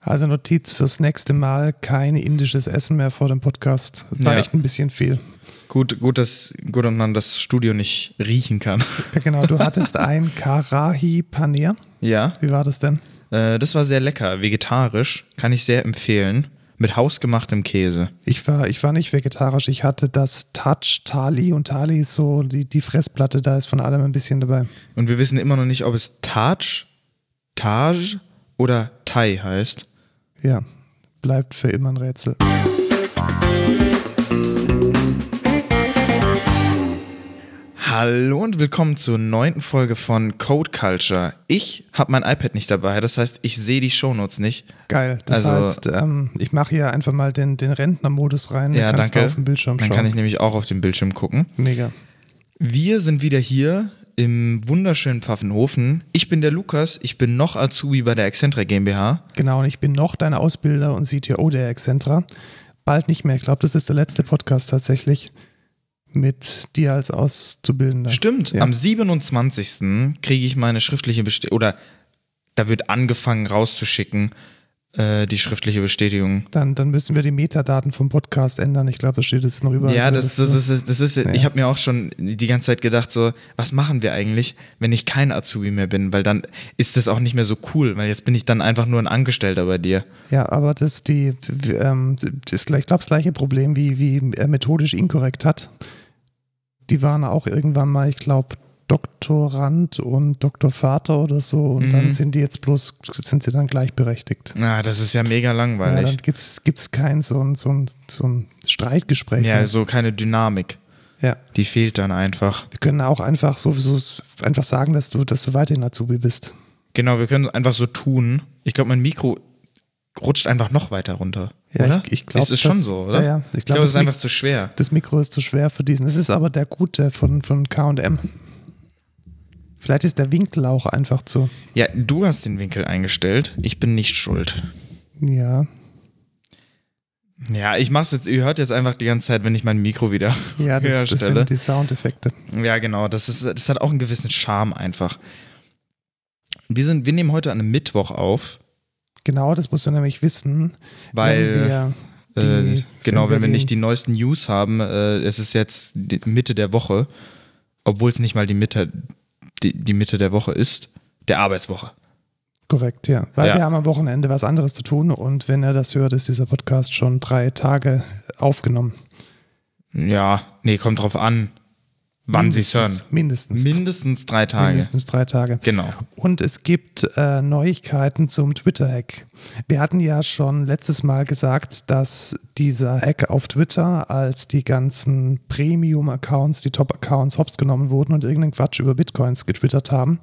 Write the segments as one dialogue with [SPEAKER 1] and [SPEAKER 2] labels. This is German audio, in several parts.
[SPEAKER 1] Also Notiz fürs nächste Mal, kein indisches Essen mehr vor dem Podcast. War
[SPEAKER 2] Ja.
[SPEAKER 1] echt ein bisschen viel.
[SPEAKER 2] Gut, gut, dass, gut, dass man das Studio nicht riechen kann.
[SPEAKER 1] Ja, genau, du hattest ein Karahi Paneer.
[SPEAKER 2] Ja,
[SPEAKER 1] Wie war das denn?
[SPEAKER 2] äh, das war sehr lecker. Vegetarisch kann ich sehr empfehlen. Mit hausgemachtem Käse.
[SPEAKER 1] Ich war, ich war nicht vegetarisch. Ich hatte das Touch Thali und Thali ist so die, die Fressplatte, da ist von allem ein bisschen dabei.
[SPEAKER 2] Und wir wissen immer noch nicht, ob es Taj, Taj oder Thai heißt.
[SPEAKER 1] Ja, bleibt für immer ein Rätsel.
[SPEAKER 2] Hallo und willkommen zur neunten Folge von Code Culture. Ich habe mein iPad nicht dabei, das heißt, ich sehe die Shownotes nicht.
[SPEAKER 1] Geil. Das
[SPEAKER 2] Also-
[SPEAKER 1] heißt, ähm, ich mache hier einfach mal den, den Rentnermodus rein.
[SPEAKER 2] Ja,
[SPEAKER 1] dann kannst
[SPEAKER 2] danke.
[SPEAKER 1] du auf den Bildschirm
[SPEAKER 2] Dann
[SPEAKER 1] schauen.
[SPEAKER 2] kann ich nämlich auch auf den Bildschirm gucken.
[SPEAKER 1] Mega.
[SPEAKER 2] Wir sind wieder hier im wunderschönen Pfaffenhofen. Ich bin der Lukas, ich bin noch Azubi bei der Accentra GmbH.
[SPEAKER 1] Genau, und ich bin noch dein Ausbilder und CTO der Excentra. Bald nicht mehr. Ich glaube, das ist der letzte Podcast tatsächlich mit dir als Auszubildender.
[SPEAKER 2] Stimmt,
[SPEAKER 1] Ja.
[SPEAKER 2] am 27. kriege ich meine schriftliche Bestätigung, oder da wird angefangen rauszuschicken, äh, die schriftliche Bestätigung.
[SPEAKER 1] Dann, dann müssen wir die Metadaten vom Podcast ändern. Ich glaube, das steht jetzt noch überall.
[SPEAKER 2] Ja,
[SPEAKER 1] drin.
[SPEAKER 2] das, das ist, das ist, ich habe mir auch schon die ganze Zeit gedacht, so, was machen wir eigentlich, wenn ich kein Azubi mehr bin? Weil dann ist das auch nicht mehr so cool, weil jetzt bin ich dann einfach nur ein Angestellter bei dir.
[SPEAKER 1] Ja, aber das die w- ähm, das ist gleich, glaube das gleiche Problem wie, wie äh, methodisch inkorrekt hat. Die waren auch irgendwann mal, ich glaube, Doktorand und Doktorvater oder so und dann
[SPEAKER 2] Mhm.
[SPEAKER 1] sind die jetzt bloß, sind sie dann gleichberechtigt.
[SPEAKER 2] Na, Ah, das ist ja mega
[SPEAKER 1] Ja, dann
[SPEAKER 2] langweilig.
[SPEAKER 1] gibt's gibt's kein so ein, so ein, so ein Streitgespräch.
[SPEAKER 2] Ja,
[SPEAKER 1] mehr.
[SPEAKER 2] so keine Dynamik.
[SPEAKER 1] ja.
[SPEAKER 2] Die fehlt dann einfach.
[SPEAKER 1] Wir können auch einfach sowieso s- einfach sagen, dass du, dass du weiterhin Azubi bist.
[SPEAKER 2] Genau, wir können einfach so tun. Ich glaube, mein Mikro rutscht einfach noch weiter runter. oder?
[SPEAKER 1] ich, ich glaube.
[SPEAKER 2] Es ist schon so, oder?
[SPEAKER 1] Ja, ja. Ich
[SPEAKER 2] Ich glaube,
[SPEAKER 1] glaube,
[SPEAKER 2] es ist
[SPEAKER 1] das, Mik-
[SPEAKER 2] einfach zu schwer.
[SPEAKER 1] das Mikro ist zu schwer für diesen. Es ist aber der gute von, von KM. Vielleicht ist der Winkel auch einfach zu.
[SPEAKER 2] Ja, du hast den Winkel eingestellt. Ich bin nicht schuld.
[SPEAKER 1] Ja.
[SPEAKER 2] Ja, ich mach's jetzt, ihr hört jetzt einfach die ganze Zeit, wenn ich mein Mikro wieder
[SPEAKER 1] Ja, das, das
[SPEAKER 2] herstelle.
[SPEAKER 1] sind die Soundeffekte.
[SPEAKER 2] ja, genau, das ist, das hat auch einen gewissen Charme einfach. Wir sind, wir nehmen heute an einem Mittwoch auf,
[SPEAKER 1] Genau, das musst du nämlich wissen. wenn
[SPEAKER 2] weil
[SPEAKER 1] wir
[SPEAKER 2] äh,
[SPEAKER 1] die-
[SPEAKER 2] genau, wenn wir
[SPEAKER 1] den-
[SPEAKER 2] nicht die neuesten News haben, äh, es ist jetzt die Mitte der Woche, obwohl es nicht mal die Mitte, die, die Mitte der Woche ist, der Arbeitswoche.
[SPEAKER 1] Korrekt, ja. Weil
[SPEAKER 2] Ja.
[SPEAKER 1] wir haben am Wochenende was anderes zu tun und wenn er das hört, ist dieser Podcast schon drei Tage aufgenommen.
[SPEAKER 2] Ja, nee, kommt drauf an, wann sie es hören.
[SPEAKER 1] Mindestens- Mindestens.
[SPEAKER 2] Mindestens drei Tage.
[SPEAKER 1] Mindestens drei Tage.
[SPEAKER 2] Genau.
[SPEAKER 1] Und es gibt äh, Neuigkeiten zum Twitter-Hack. Wir hatten ja schon letztes Mal gesagt, dass dieser Hack auf Twitter, als die ganzen Premium-Accounts, die Top-Accounts hops genommen wurden und irgendeinen Quatsch über Bitcoins getwittert haben,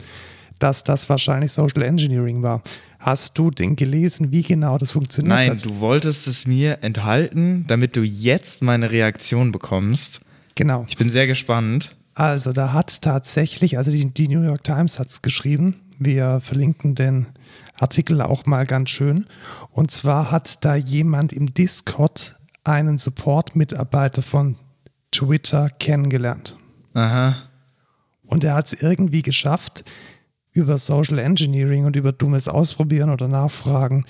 [SPEAKER 1] dass das wahrscheinlich Social Engineering war. Hast du den gelesen, wie genau das funktioniert
[SPEAKER 2] Nein,
[SPEAKER 1] hat?
[SPEAKER 2] du wolltest es mir enthalten, damit du jetzt meine Reaktion bekommst.
[SPEAKER 1] Genau.
[SPEAKER 2] Ich bin sehr gespannt.
[SPEAKER 1] Also, da hat tatsächlich, also die, die New York Times hat es geschrieben. Wir verlinken den Artikel auch mal ganz schön. Und zwar hat da jemand im Discord einen Support-Mitarbeiter von Twitter kennengelernt.
[SPEAKER 2] Aha.
[SPEAKER 1] Und er hat es irgendwie geschafft, über Social Engineering und über dummes Ausprobieren oder Nachfragen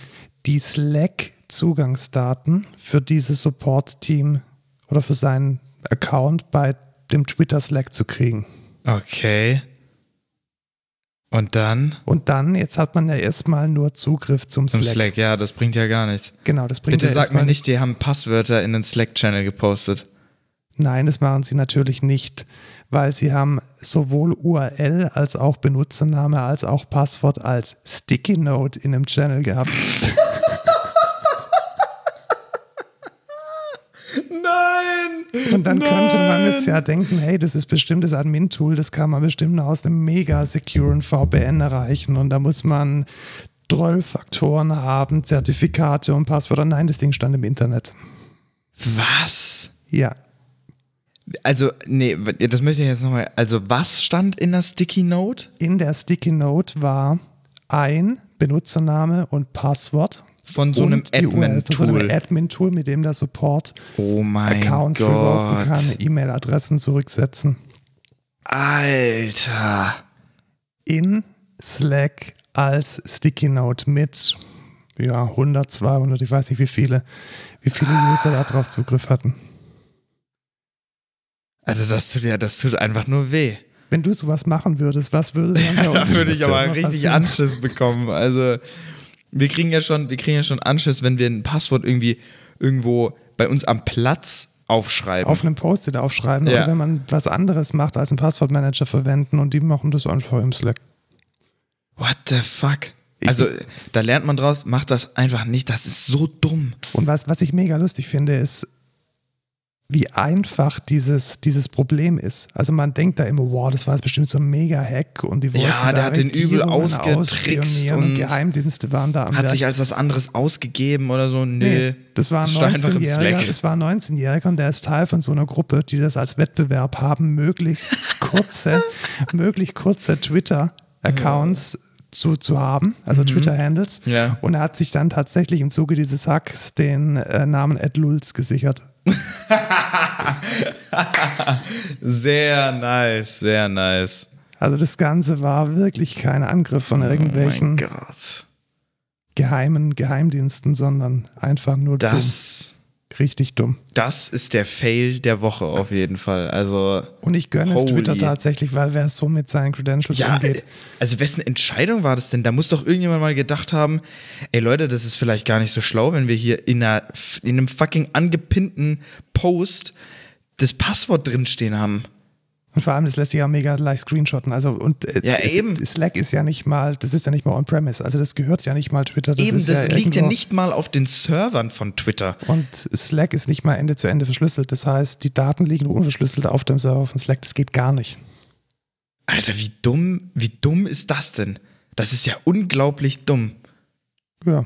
[SPEAKER 1] die Slack-Zugangsdaten für dieses Support-Team oder für seinen Account bei dem Twitter-Slack zu kriegen.
[SPEAKER 2] Okay. Und dann?
[SPEAKER 1] Und dann, jetzt hat man ja erstmal nur Zugriff zum
[SPEAKER 2] Im
[SPEAKER 1] Slack.
[SPEAKER 2] Slack. ja, das bringt ja gar nichts.
[SPEAKER 1] Genau, das bringt
[SPEAKER 2] Bitte
[SPEAKER 1] ja
[SPEAKER 2] sag mir
[SPEAKER 1] erstmal-
[SPEAKER 2] nicht, die haben Passwörter in den Slack-Channel gepostet.
[SPEAKER 1] Nein, das machen sie natürlich nicht, weil sie haben sowohl URL als auch Benutzername als auch Passwort als Sticky Note in einem Channel gehabt.
[SPEAKER 2] Nein!
[SPEAKER 1] Und dann könnte man jetzt ja denken, hey, das ist bestimmt das Admin-Tool, das kann man bestimmt noch aus einem mega securen VPN erreichen und da muss man Trollfaktoren haben, Zertifikate und Passwörter. Nein, das Ding stand im Internet.
[SPEAKER 2] Was?
[SPEAKER 1] Ja,
[SPEAKER 2] Also, nee, das möchte ich jetzt nochmal. Also, was stand in der Sticky Note?
[SPEAKER 1] in der Sticky Note war ein Benutzername und Passwort.
[SPEAKER 2] Von so einem
[SPEAKER 1] und die URL von so einem
[SPEAKER 2] Admin-Tool.
[SPEAKER 1] Admin-Tool, mit dem der Support
[SPEAKER 2] Oh mein
[SPEAKER 1] Accounts revoken
[SPEAKER 2] Gott.
[SPEAKER 1] kann, E-Mail-Adressen zurücksetzen.
[SPEAKER 2] Alter.
[SPEAKER 1] In Slack als Sticky Note mit ja, 100, 200, ich weiß nicht, wie viele, wie viele
[SPEAKER 2] Ah.
[SPEAKER 1] User da drauf Zugriff hatten.
[SPEAKER 2] Also das tut ja, das tut einfach nur weh.
[SPEAKER 1] Wenn du sowas machen würdest, was würde dann bei
[SPEAKER 2] Ja, da
[SPEAKER 1] uns
[SPEAKER 2] würde ich aber
[SPEAKER 1] noch
[SPEAKER 2] richtig
[SPEAKER 1] passieren?
[SPEAKER 2] Anschiss bekommen. Also wir kriegen ja schon, wir kriegen ja schon Anschiss, wenn wir ein Passwort irgendwie irgendwo bei uns am Platz aufschreiben.
[SPEAKER 1] auf einem Post-it aufschreiben
[SPEAKER 2] Ja.
[SPEAKER 1] oder wenn man was anderes macht als einen Passwortmanager verwenden und die machen das einfach im Slack.
[SPEAKER 2] What the fuck? Also da lernt man draus, macht das einfach nicht. Das ist so dumm.
[SPEAKER 1] Und was, was ich mega lustig finde, ist, wie einfach dieses, dieses Problem ist. Also man denkt da immer, wow, das war jetzt bestimmt so ein Mega-Hack und die wollten
[SPEAKER 2] Ja, der
[SPEAKER 1] da
[SPEAKER 2] hat den übel
[SPEAKER 1] Regierungen
[SPEAKER 2] ausgetrickst
[SPEAKER 1] ausspionieren und,
[SPEAKER 2] und
[SPEAKER 1] Geheimdienste waren da am
[SPEAKER 2] Hat
[SPEAKER 1] Werk.
[SPEAKER 2] sich als was anderes ausgegeben oder so? Nö.
[SPEAKER 1] Nee, das war ein
[SPEAKER 2] Steht einfach im
[SPEAKER 1] 19-Jähriger,
[SPEAKER 2] Slack.
[SPEAKER 1] das war ein 19-Jähriger und der ist Teil von so einer Gruppe, die das als Wettbewerb haben, möglichst kurze, möglichst kurze Twitter-Accounts zu, zu haben, also Twitter-Handles.
[SPEAKER 2] Mhm. Ja.
[SPEAKER 1] Und er hat sich dann tatsächlich im Zuge dieses Hacks den äh, Namen Ed Lulz gesichert.
[SPEAKER 2] Sehr nice, sehr nice.
[SPEAKER 1] Also das Ganze war wirklich kein Angriff von
[SPEAKER 2] Oh mein
[SPEAKER 1] irgendwelchen
[SPEAKER 2] Gott.
[SPEAKER 1] geheimen Geheimdiensten, sondern einfach nur
[SPEAKER 2] Das,
[SPEAKER 1] dumm. Richtig dumm.
[SPEAKER 2] das ist der Fail der Woche auf jeden Fall. Also
[SPEAKER 1] Und ich gönne es
[SPEAKER 2] Holy.
[SPEAKER 1] Twitter tatsächlich, weil wer so mit seinen Credentials
[SPEAKER 2] Ja,
[SPEAKER 1] umgeht.
[SPEAKER 2] also wessen Entscheidung war das denn? Da muss doch irgendjemand mal gedacht haben, ey Leute, das ist vielleicht gar nicht so schlau, wenn wir hier in, einer, in einem fucking angepinnten Post das Passwort drinstehen haben.
[SPEAKER 1] Und vor allem, das lässt sich ja mega leicht screenshotten. Also und äh,
[SPEAKER 2] Ja,
[SPEAKER 1] es-
[SPEAKER 2] eben.
[SPEAKER 1] Slack ist ja nicht mal, das ist ja nicht mal on-premise. Also das gehört ja nicht mal Twitter. Das
[SPEAKER 2] Eben,
[SPEAKER 1] ist
[SPEAKER 2] das
[SPEAKER 1] ja genau.
[SPEAKER 2] liegt ja
[SPEAKER 1] irgendwo-
[SPEAKER 2] nicht mal auf den Servern von Twitter.
[SPEAKER 1] Und Slack ist nicht mal Ende zu Ende verschlüsselt. Das heißt, die Daten liegen unverschlüsselt auf dem Server von Slack. Das geht gar nicht.
[SPEAKER 2] Alter, wie dumm, wie dumm ist das denn? Das ist ja unglaublich dumm.
[SPEAKER 1] Ja,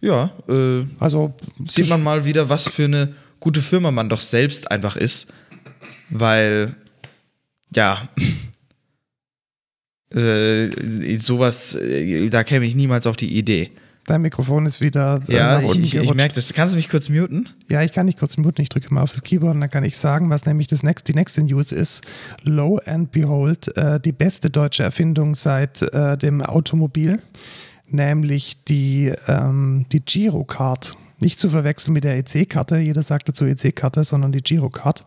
[SPEAKER 2] Ja, äh,
[SPEAKER 1] also
[SPEAKER 2] sieht man mal wieder, was für eine gute Firma man doch selbst einfach ist. Weil, ja, äh, sowas, äh, da käme ich niemals auf die Idee.
[SPEAKER 1] dein Mikrofon ist wieder äh,
[SPEAKER 2] Ja,
[SPEAKER 1] nach
[SPEAKER 2] ich,
[SPEAKER 1] unten
[SPEAKER 2] ich, ich
[SPEAKER 1] gerutscht.
[SPEAKER 2] merke das. Kannst du mich kurz muten?
[SPEAKER 1] Ja, ich kann nicht kurz muten, ich drücke mal auf das Keyboard und dann kann ich sagen, was nämlich das nächste, die nächste News ist. Lo and Behold, äh, die beste deutsche Erfindung seit äh, dem Automobil, nämlich die, ähm, die Girocard. Nicht zu verwechseln mit der EC-Karte, jeder sagt dazu EC-Karte, sondern die Girocard.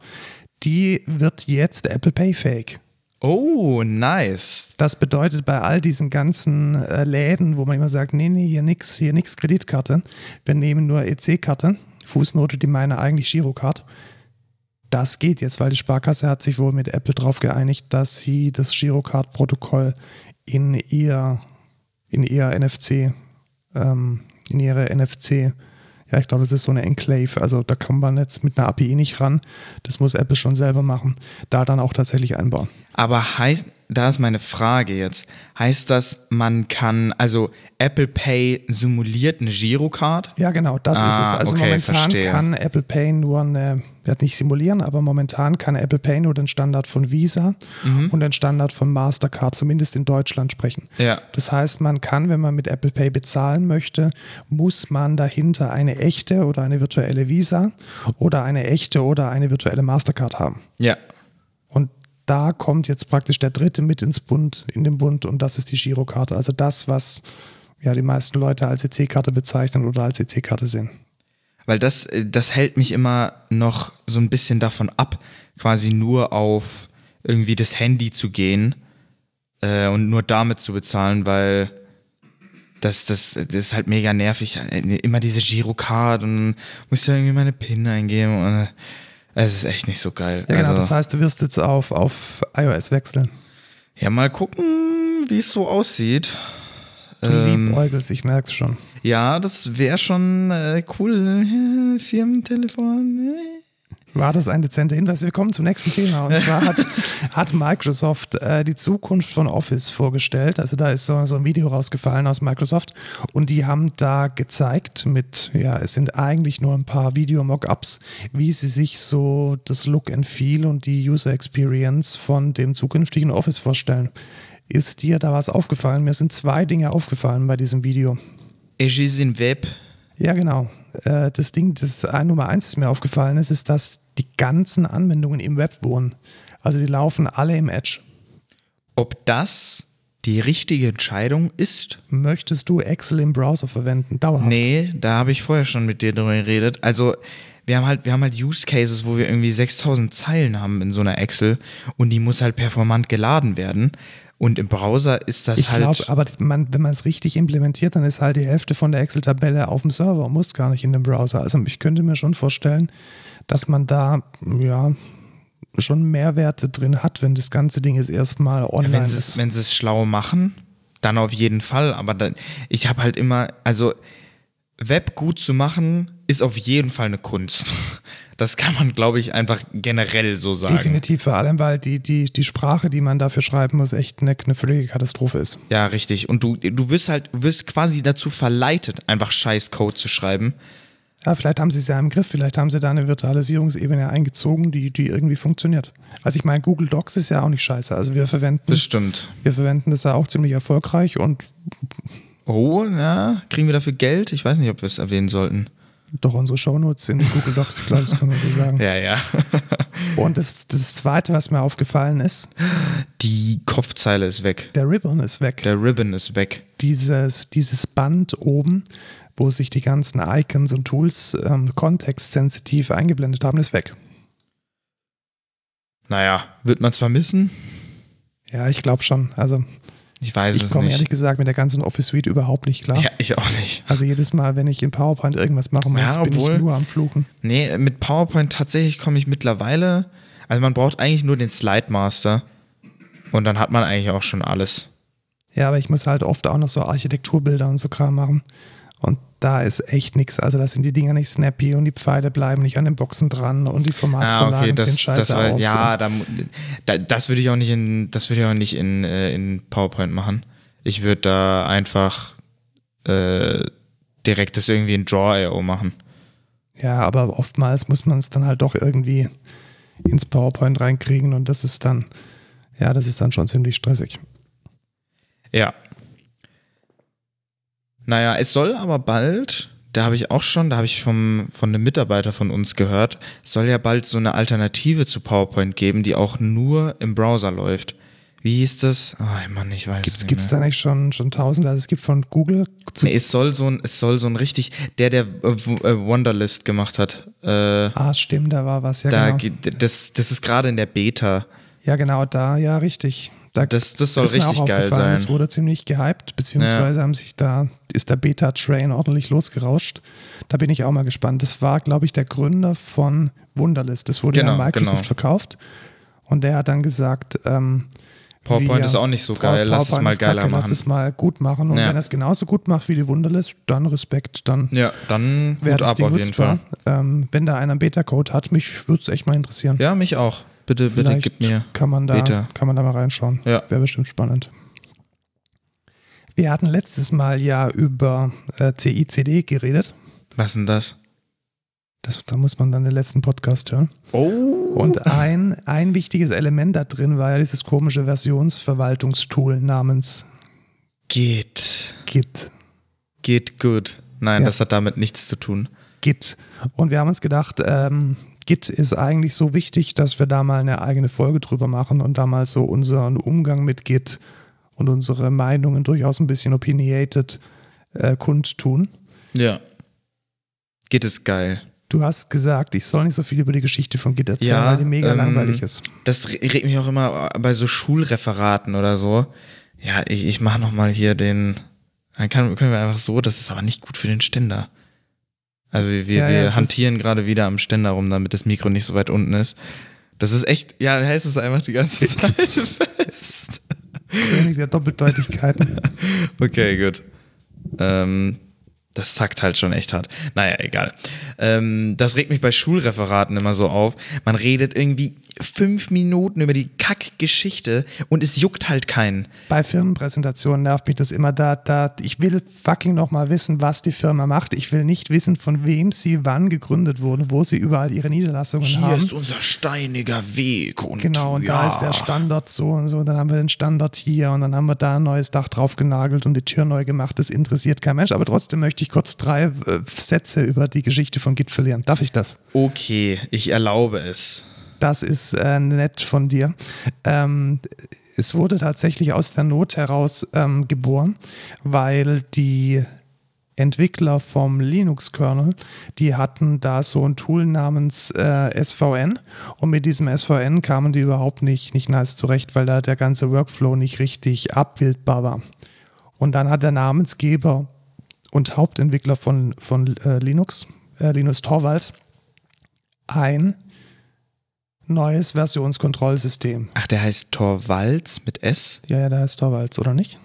[SPEAKER 1] Die wird jetzt Apple Pay fähig.
[SPEAKER 2] Oh, nice.
[SPEAKER 1] Das bedeutet bei all diesen ganzen äh, Läden, wo man immer sagt, nee, nee, hier nix, hier nix Kreditkarte, wir nehmen nur EC-Karte, Fußnote, die meine eigentlich Girocard. Das geht jetzt, weil die Sparkasse hat sich wohl mit Apple darauf geeinigt, dass sie das Girocard-Protokoll in ihr, in ihr NFC, ähm, in ihre NFC, ja, ich glaube, das ist so eine Enclave, also da kommt man jetzt mit einer API nicht ran. Das muss Apple schon selber machen, da dann auch tatsächlich einbauen.
[SPEAKER 2] Aber heißt, da ist meine Frage jetzt, heißt das, man kann, also Apple Pay simuliert eine Girocard?
[SPEAKER 1] Ja, genau, das
[SPEAKER 2] Ah,
[SPEAKER 1] ist es. Also
[SPEAKER 2] okay,
[SPEAKER 1] momentan
[SPEAKER 2] verstehe.
[SPEAKER 1] kann Apple Pay nur eine, wird nicht simulieren, aber momentan kann Apple Pay nur den Standard von Visa und den Standard von Mastercard, zumindest in Deutschland, sprechen.
[SPEAKER 2] Mhm. Ja.
[SPEAKER 1] Das heißt, man kann, wenn man mit Apple Pay bezahlen möchte, muss man dahinter eine echte oder eine virtuelle Visa oder eine echte oder eine virtuelle Mastercard haben.
[SPEAKER 2] Ja.
[SPEAKER 1] Und da kommt jetzt praktisch der dritte mit ins Bund, in den Bund und das ist die Girokarte. Also das, was ja die meisten Leute als EC-Karte bezeichnen oder als EC-Karte sehen.
[SPEAKER 2] Weil das, äh, das hält mich immer noch so ein bisschen davon ab, quasi nur auf irgendwie das Handy zu gehen äh, und nur damit zu bezahlen, weil das, das, das ist halt mega nervig. Äh, Immer diese Girocard und muss ja irgendwie meine PIN eingeben und äh, es ist echt nicht so geil.
[SPEAKER 1] Ja, genau.
[SPEAKER 2] also,
[SPEAKER 1] das heißt, du wirst jetzt auf, auf iOS wechseln.
[SPEAKER 2] ja mal gucken, wie es so aussieht.
[SPEAKER 1] Du
[SPEAKER 2] Ähm,
[SPEAKER 1] liebäugelst, ich merk's schon.
[SPEAKER 2] Ja, das wäre schon äh, cool. Firmentelefon. äh.
[SPEAKER 1] War das ein dezenter Hinweis? Wir kommen zum nächsten Thema. Und zwar hat, hat Microsoft äh, die Zukunft von Office vorgestellt. Also da ist so, so ein Video rausgefallen aus Microsoft. Und die haben da gezeigt mit, ja, es sind eigentlich nur ein paar Video-Mockups, wie sie sich so das Look and Feel und die User Experience von dem zukünftigen Office vorstellen. Ist dir da was aufgefallen? Mir sind zwei Dinge aufgefallen bei diesem Video.
[SPEAKER 2] Ich ist in Web.
[SPEAKER 1] Ja, genau. Äh, Das Ding, das äh, Nummer eins, das mir aufgefallen ist, ist, dass die ganzen Anwendungen im Web wohnen. Also die laufen alle im Edge.
[SPEAKER 2] ob das die richtige Entscheidung ist?
[SPEAKER 1] Möchtest du Excel im Browser verwenden? Dauerhaft.
[SPEAKER 2] Nee, da habe ich vorher schon mit dir drüber geredet. Also, wir haben halt, wir haben halt Use Cases, wo wir irgendwie 6000 Zeilen haben in so einer Excel und die muss halt performant geladen werden. Und im Browser ist das
[SPEAKER 1] ich
[SPEAKER 2] halt.
[SPEAKER 1] glaube, aber man, wenn man es richtig implementiert, dann ist halt die Hälfte von der Excel-Tabelle auf dem Server und muss gar nicht in den Browser. Also ich könnte mir schon vorstellen, dass man da ja schon Mehrwerte drin hat, wenn das ganze Ding jetzt erstmal online
[SPEAKER 2] wenn sie es
[SPEAKER 1] ist.
[SPEAKER 2] wenn sie es schlau machen, dann auf jeden Fall. Aber dann, ich habe halt immer, also Web gut zu machen, ist auf jeden Fall eine Kunst. Das kann man, glaube ich, einfach generell so sagen.
[SPEAKER 1] Definitiv, vor allem, weil die, die, die Sprache, die man dafür schreiben muss, echt eine, eine völlige Katastrophe ist.
[SPEAKER 2] Ja, richtig. Und du, du wirst halt, du wirst quasi dazu verleitet, einfach scheiß Code zu schreiben.
[SPEAKER 1] Ja, vielleicht haben sie es ja im Griff, vielleicht haben sie da eine Virtualisierungsebene eingezogen, die, die irgendwie funktioniert. Also ich meine, Google Docs ist ja auch nicht scheiße. Also wir verwenden,
[SPEAKER 2] Das stimmt.
[SPEAKER 1] wir verwenden das ja auch ziemlich erfolgreich und
[SPEAKER 2] Oh, ja. Kriegen wir dafür Geld? Ich weiß nicht, ob wir es erwähnen sollten.
[SPEAKER 1] doch unsere Shownotes sind in Google Docs, ich glaube, das kann man so sagen.
[SPEAKER 2] Ja, ja.
[SPEAKER 1] Und das, das Zweite, was mir aufgefallen ist,
[SPEAKER 2] Die Kopfzeile ist weg.
[SPEAKER 1] der Ribbon ist weg.
[SPEAKER 2] Der Ribbon ist weg.
[SPEAKER 1] dieses, dieses Band oben, wo sich die ganzen Icons und Tools ähm, kontextsensitiv eingeblendet haben, ist weg.
[SPEAKER 2] Naja, wird man zwar missen?
[SPEAKER 1] Ja, ich glaube schon. Also
[SPEAKER 2] Ich weiß
[SPEAKER 1] ich
[SPEAKER 2] es
[SPEAKER 1] komme
[SPEAKER 2] nicht.
[SPEAKER 1] ehrlich gesagt mit der ganzen Office Suite überhaupt nicht klar.
[SPEAKER 2] Ja, ich auch nicht.
[SPEAKER 1] Also jedes Mal, wenn ich in PowerPoint irgendwas machen muss,
[SPEAKER 2] Ja,
[SPEAKER 1] bin
[SPEAKER 2] obwohl-
[SPEAKER 1] ich nur am Fluchen.
[SPEAKER 2] Nee, mit PowerPoint tatsächlich komme ich mittlerweile. Also man braucht eigentlich nur den Slide Master. Und dann hat man eigentlich auch schon alles.
[SPEAKER 1] Ja, aber ich muss halt oft auch noch so Architekturbilder und so Kram machen. Und da ist echt nichts. Also da sind die Dinger nicht snappy und die Pfeile bleiben nicht an den Boxen dran und die
[SPEAKER 2] Ah,
[SPEAKER 1] Formatvorlagen
[SPEAKER 2] okay, das,
[SPEAKER 1] sehen scheiße
[SPEAKER 2] das war,
[SPEAKER 1] aus.
[SPEAKER 2] ja, da, mu- da, das würde ich auch nicht in, das würde ich auch nicht in, äh, in PowerPoint machen. Ich würde da einfach äh, direkt das irgendwie in Draw.io machen.
[SPEAKER 1] Ja, aber oftmals muss man es dann halt doch irgendwie ins PowerPoint reinkriegen und das ist dann, ja, das ist dann schon ziemlich stressig.
[SPEAKER 2] Ja. Naja, es soll aber bald, da habe ich auch schon, da habe ich vom, von einem Mitarbeiter von uns gehört, es soll ja bald so eine Alternative zu PowerPoint geben, die auch nur im Browser läuft. Wie hieß das? Oh Mann, ich weiß
[SPEAKER 1] Gibt's,
[SPEAKER 2] es
[SPEAKER 1] gibt's
[SPEAKER 2] nicht. Mehr.
[SPEAKER 1] da nicht schon, schon tausende? Also es gibt von Google zu,
[SPEAKER 2] Nee, es soll so ein, es soll so ein richtig, der, der äh, W- äh, Wonderlist gemacht hat, äh,
[SPEAKER 1] ah, stimmt, da war was, ja
[SPEAKER 2] da
[SPEAKER 1] genau.
[SPEAKER 2] geht, das, das ist gerade in der Beta.
[SPEAKER 1] Ja, genau, da, ja, richtig. Da
[SPEAKER 2] Das, das soll
[SPEAKER 1] ist mir
[SPEAKER 2] richtig
[SPEAKER 1] auch
[SPEAKER 2] geil
[SPEAKER 1] aufgefallen,
[SPEAKER 2] sein.
[SPEAKER 1] Es wurde ziemlich gehypt, beziehungsweise haben sich da, ist der Beta-Train ordentlich losgerauscht. Da bin ich auch mal gespannt. Das war, glaube ich, der Gründer von Wunderlist. Das wurde ja an
[SPEAKER 2] Genau,
[SPEAKER 1] Microsoft
[SPEAKER 2] genau.
[SPEAKER 1] verkauft. Und der hat dann gesagt, ähm,
[SPEAKER 2] PowerPoint
[SPEAKER 1] wir-
[SPEAKER 2] ist auch nicht so
[SPEAKER 1] Power-
[SPEAKER 2] geil, lass es
[SPEAKER 1] PowerPoint
[SPEAKER 2] mal
[SPEAKER 1] ist kacke,
[SPEAKER 2] geiler
[SPEAKER 1] Lass
[SPEAKER 2] machen.
[SPEAKER 1] es mal gut machen. Und
[SPEAKER 2] Ja.
[SPEAKER 1] wenn er es genauso gut macht wie die Wunderlist, dann Respekt, dann
[SPEAKER 2] Ja, dann
[SPEAKER 1] wäre
[SPEAKER 2] gut
[SPEAKER 1] das
[SPEAKER 2] ab
[SPEAKER 1] Ding
[SPEAKER 2] auf jeden Fall.
[SPEAKER 1] nutzbar. Ähm, wenn da einer einen Beta-Code hat, mich würde es echt mal interessieren.
[SPEAKER 2] Ja, mich auch. Bitte, bitte
[SPEAKER 1] Vielleicht
[SPEAKER 2] gib mir.
[SPEAKER 1] kann man da,
[SPEAKER 2] Beta.
[SPEAKER 1] kann man da mal reinschauen.
[SPEAKER 2] Ja.
[SPEAKER 1] Wäre bestimmt spannend. Wir hatten letztes Mal ja über äh, CICD geredet.
[SPEAKER 2] Was denn das?
[SPEAKER 1] Das, da muss man dann den letzten Podcast hören.
[SPEAKER 2] Oh.
[SPEAKER 1] Und ein, ein wichtiges Element da drin war ja dieses komische Versionsverwaltungstool namens
[SPEAKER 2] Geht.
[SPEAKER 1] Git.
[SPEAKER 2] Geht gut. Nein,
[SPEAKER 1] Ja.
[SPEAKER 2] das hat damit nichts zu tun.
[SPEAKER 1] Git. Und wir haben uns gedacht, ähm, Git ist eigentlich so wichtig, dass wir da mal eine eigene Folge drüber machen und da mal so unseren Umgang mit Git und unsere Meinungen durchaus ein bisschen opinionated äh, kundtun.
[SPEAKER 2] Ja. Geht ist geil.
[SPEAKER 1] Du hast gesagt, ich soll nicht so viel über die Geschichte von Git erzählen,
[SPEAKER 2] Ja,
[SPEAKER 1] weil die mega
[SPEAKER 2] ähm,
[SPEAKER 1] langweilig ist.
[SPEAKER 2] Das re- regt mich auch immer bei so Schulreferaten oder so. Ja, ich, ich mach nochmal hier den. Dann kann, können wir einfach so, das ist aber nicht gut für den Ständer. Also wir, wir,
[SPEAKER 1] Ja, ja,
[SPEAKER 2] wir
[SPEAKER 1] das-
[SPEAKER 2] hantieren gerade wieder am Ständer rum, damit das Mikro nicht so weit unten ist. Das ist echt, ja, da hältst du es einfach die ganze Zeit fest.
[SPEAKER 1] König der Doppeldeutigkeiten.
[SPEAKER 2] Okay, gut. Ähm, das zackt halt schon echt hart. Naja, egal. Ähm, das regt mich bei Schulreferaten immer so auf. Man redet irgendwie fünf Minuten über die Kackgeschichte und es juckt halt keinen.
[SPEAKER 1] Bei Firmenpräsentationen nervt mich das immer da, da. Ich will fucking nochmal wissen, was die Firma macht. Ich will nicht wissen, von wem sie wann gegründet wurde, wo sie überall ihre Niederlassungen haben.
[SPEAKER 2] unser steiniger Weg. Und
[SPEAKER 1] Genau, und da ist der Standort so und so, und dann haben wir den Standort hier und dann haben wir da ein neues Dach drauf genagelt und die Tür neu gemacht. Das interessiert kein Mensch, aber trotzdem möchte ich kurz drei äh, Sätze über die Geschichte von Git verlieren. Darf ich das?
[SPEAKER 2] Okay, ich erlaube es.
[SPEAKER 1] Das ist äh, nett von dir. Ähm, Es wurde tatsächlich aus der Not heraus ähm, geboren, weil die Entwickler vom Linux-Kernel, die hatten da so ein Tool namens äh, SVN und mit diesem SVN kamen die überhaupt nicht, nicht nice zurecht, weil da der ganze Workflow nicht richtig abbildbar war. Und dann hat der Namensgeber und Hauptentwickler von, von äh, Linux, äh, Linus Torvalds, ein neues Versionskontrollsystem.
[SPEAKER 2] Ach, der heißt Torvalds mit S?
[SPEAKER 1] Ja, ja, der heißt Torvalds, oder nicht?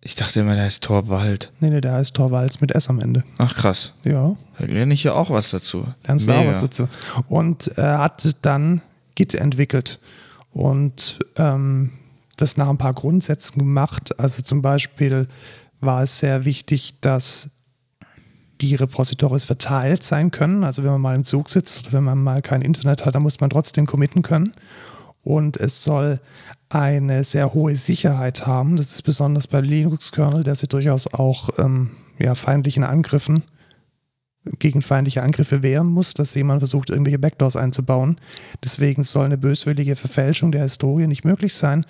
[SPEAKER 2] Ich dachte immer, der heißt Torwald.
[SPEAKER 1] Nee, nee, der heißt Torvalds mit S am Ende.
[SPEAKER 2] Ach krass.
[SPEAKER 1] Ja,
[SPEAKER 2] Da lerne ich ja auch was dazu.
[SPEAKER 1] lernst du auch
[SPEAKER 2] Mega.
[SPEAKER 1] was dazu. Und äh, hat dann Git entwickelt und ähm, das nach ein paar Grundsätzen gemacht. Also zum Beispiel war es sehr wichtig, dass die Repositories verteilt sein können. Also wenn man mal im Zug sitzt oder wenn man mal kein Internet hat, dann muss man trotzdem committen können. Und es soll eine sehr hohe Sicherheit haben. Das ist besonders bei Linux-Kernel, der sich durchaus auch ähm, ja, feindlichen Angriffen gegen feindliche Angriffe wehren muss, dass jemand versucht, irgendwelche Backdoors einzubauen. Deswegen soll eine böswillige Verfälschung der Historie nicht möglich sein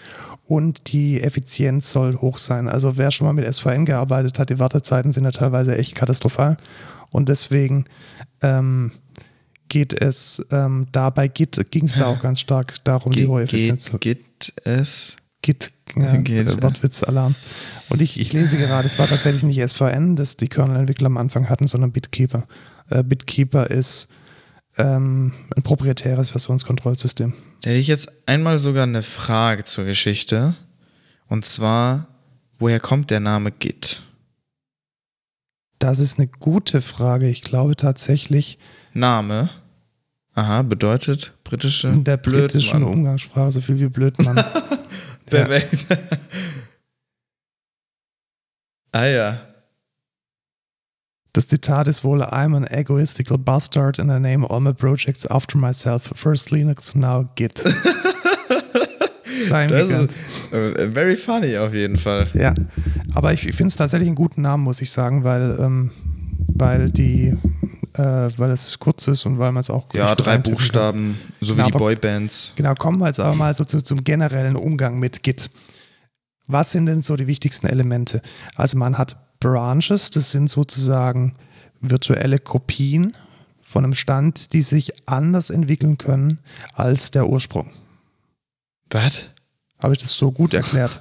[SPEAKER 1] und die Effizienz soll hoch sein. Also wer schon mal mit SVN gearbeitet hat, die Wartezeiten sind ja teilweise echt katastrophal und deswegen ähm, geht es ähm, da bei Git, ging es da auch ganz stark darum, die hohe Effizienz zu
[SPEAKER 2] Geht, geht es?
[SPEAKER 1] Git, ja,
[SPEAKER 2] Geht,
[SPEAKER 1] äh,
[SPEAKER 2] äh.
[SPEAKER 1] Wortwitz-Alarm. Und ich, ich lese gerade, es war tatsächlich nicht SVN, das die Kernel-Entwickler am Anfang hatten, sondern Bitkeeper. Äh, Bitkeeper ist ähm, ein proprietäres Versionskontrollsystem.
[SPEAKER 2] Da hätte ich jetzt einmal sogar eine Frage zur Geschichte. Und zwar, woher kommt der Name Git?
[SPEAKER 1] Das ist eine gute Frage. Ich glaube tatsächlich,
[SPEAKER 2] Name. Aha, bedeutet britische.
[SPEAKER 1] in der
[SPEAKER 2] Blödmann.
[SPEAKER 1] britischen Umgangssprache so viel wie Blödmann. ja.
[SPEAKER 2] Perfekt. ah ja.
[SPEAKER 1] Das Zitat ist wohl, I'm an egoistical bastard and I name all my projects after myself. First Linux, now Git. Sei ihm
[SPEAKER 2] Das
[SPEAKER 1] gegönnt.
[SPEAKER 2] ist äh, very funny auf jeden Fall.
[SPEAKER 1] Ja, aber ich, ich finde es tatsächlich einen guten Namen, muss ich sagen, weil, ähm, weil die, äh, weil es kurz ist und weil man es auch
[SPEAKER 2] Ja,
[SPEAKER 1] gut
[SPEAKER 2] drei
[SPEAKER 1] eintippen Kann.
[SPEAKER 2] Buchstaben, so wie
[SPEAKER 1] Na,
[SPEAKER 2] die
[SPEAKER 1] aber-
[SPEAKER 2] Boybands.
[SPEAKER 1] Genau, kommen wir jetzt aber mal so zu, zum generellen Umgang mit Git. Was sind denn so die wichtigsten Elemente? Also man hat Branches, das sind sozusagen virtuelle Kopien von einem Stand, die sich anders entwickeln können als der Ursprung.
[SPEAKER 2] Was?
[SPEAKER 1] Habe ich das so gut erklärt?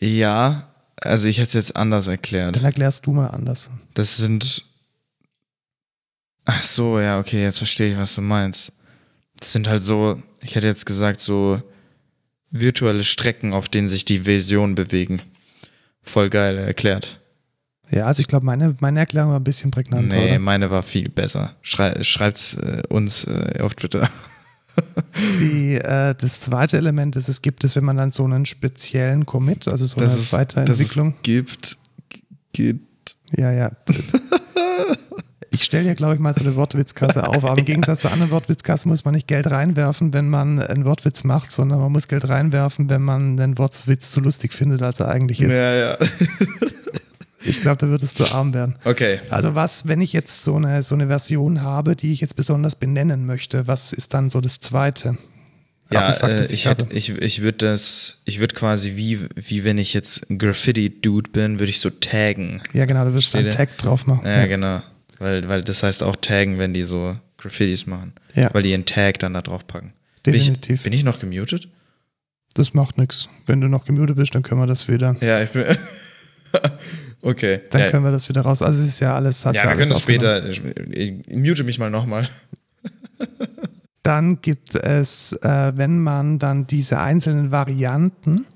[SPEAKER 2] Ja, also ich hätte es jetzt anders erklärt.
[SPEAKER 1] Dann erklärst du mal anders.
[SPEAKER 2] Das sind. Ach so, ja, okay, jetzt verstehe ich, was du meinst. Das sind halt so, ich hätte jetzt gesagt, so virtuelle Strecken, auf denen sich die Visionen bewegen. Voll geil erklärt.
[SPEAKER 1] Ja, also ich glaube, meine, meine Erklärung war ein bisschen prägnanter.
[SPEAKER 2] nee,
[SPEAKER 1] oder?
[SPEAKER 2] meine war viel besser. Schrei schreibt's äh, uns äh, auf Twitter.
[SPEAKER 1] Die, äh, das zweite Element, das es gibt, ist, wenn man dann so einen speziellen Commit, also so eine
[SPEAKER 2] es-
[SPEAKER 1] Weiterentwicklung.
[SPEAKER 2] Dass es gibt, gibt.
[SPEAKER 1] ja, ja. Ich stelle ja, glaube ich, mal so eine Wortwitzkasse auf, aber im Gegensatz zu anderen Wortwitzkassen muss man nicht Geld reinwerfen, wenn man einen Wortwitz macht, sondern man muss Geld reinwerfen, wenn man einen Wortwitz zu lustig findet, als er eigentlich ist.
[SPEAKER 2] Ja, ja.
[SPEAKER 1] Ich glaube, da würdest du arm werden.
[SPEAKER 2] Okay.
[SPEAKER 1] Also was, wenn ich jetzt so eine, so eine Version habe, die ich jetzt besonders benennen möchte, was ist dann so das Zweite?
[SPEAKER 2] Ja,
[SPEAKER 1] Artefakt,
[SPEAKER 2] äh,
[SPEAKER 1] das
[SPEAKER 2] ich,
[SPEAKER 1] habe?
[SPEAKER 2] hätte, ich, ich würde das, ich würde quasi wie, wie wenn ich jetzt ein Graffiti-Dude bin, würde ich so taggen.
[SPEAKER 1] Ja, genau, du wirst einen
[SPEAKER 2] Verstehe.
[SPEAKER 1] Tag drauf machen.
[SPEAKER 2] Ja, genau. Weil, weil das heißt auch taggen, wenn die so Graffitis machen.
[SPEAKER 1] Ja.
[SPEAKER 2] Weil die ihren Tag dann da drauf packen. Bin ich,
[SPEAKER 1] Definitiv.
[SPEAKER 2] bin ich noch gemutet?
[SPEAKER 1] Das macht nichts. Wenn du noch gemutet bist, dann können wir das wieder.
[SPEAKER 2] Ja, ich bin. okay.
[SPEAKER 1] Dann
[SPEAKER 2] ja,
[SPEAKER 1] können wir das wieder raus. Also es ist ja alles hat
[SPEAKER 2] ja,
[SPEAKER 1] ja
[SPEAKER 2] wir
[SPEAKER 1] alles
[SPEAKER 2] können es
[SPEAKER 1] aufgenommen.
[SPEAKER 2] später. Ich, ich mute mich mal nochmal.
[SPEAKER 1] Dann gibt es, äh, wenn man dann diese einzelnen Varianten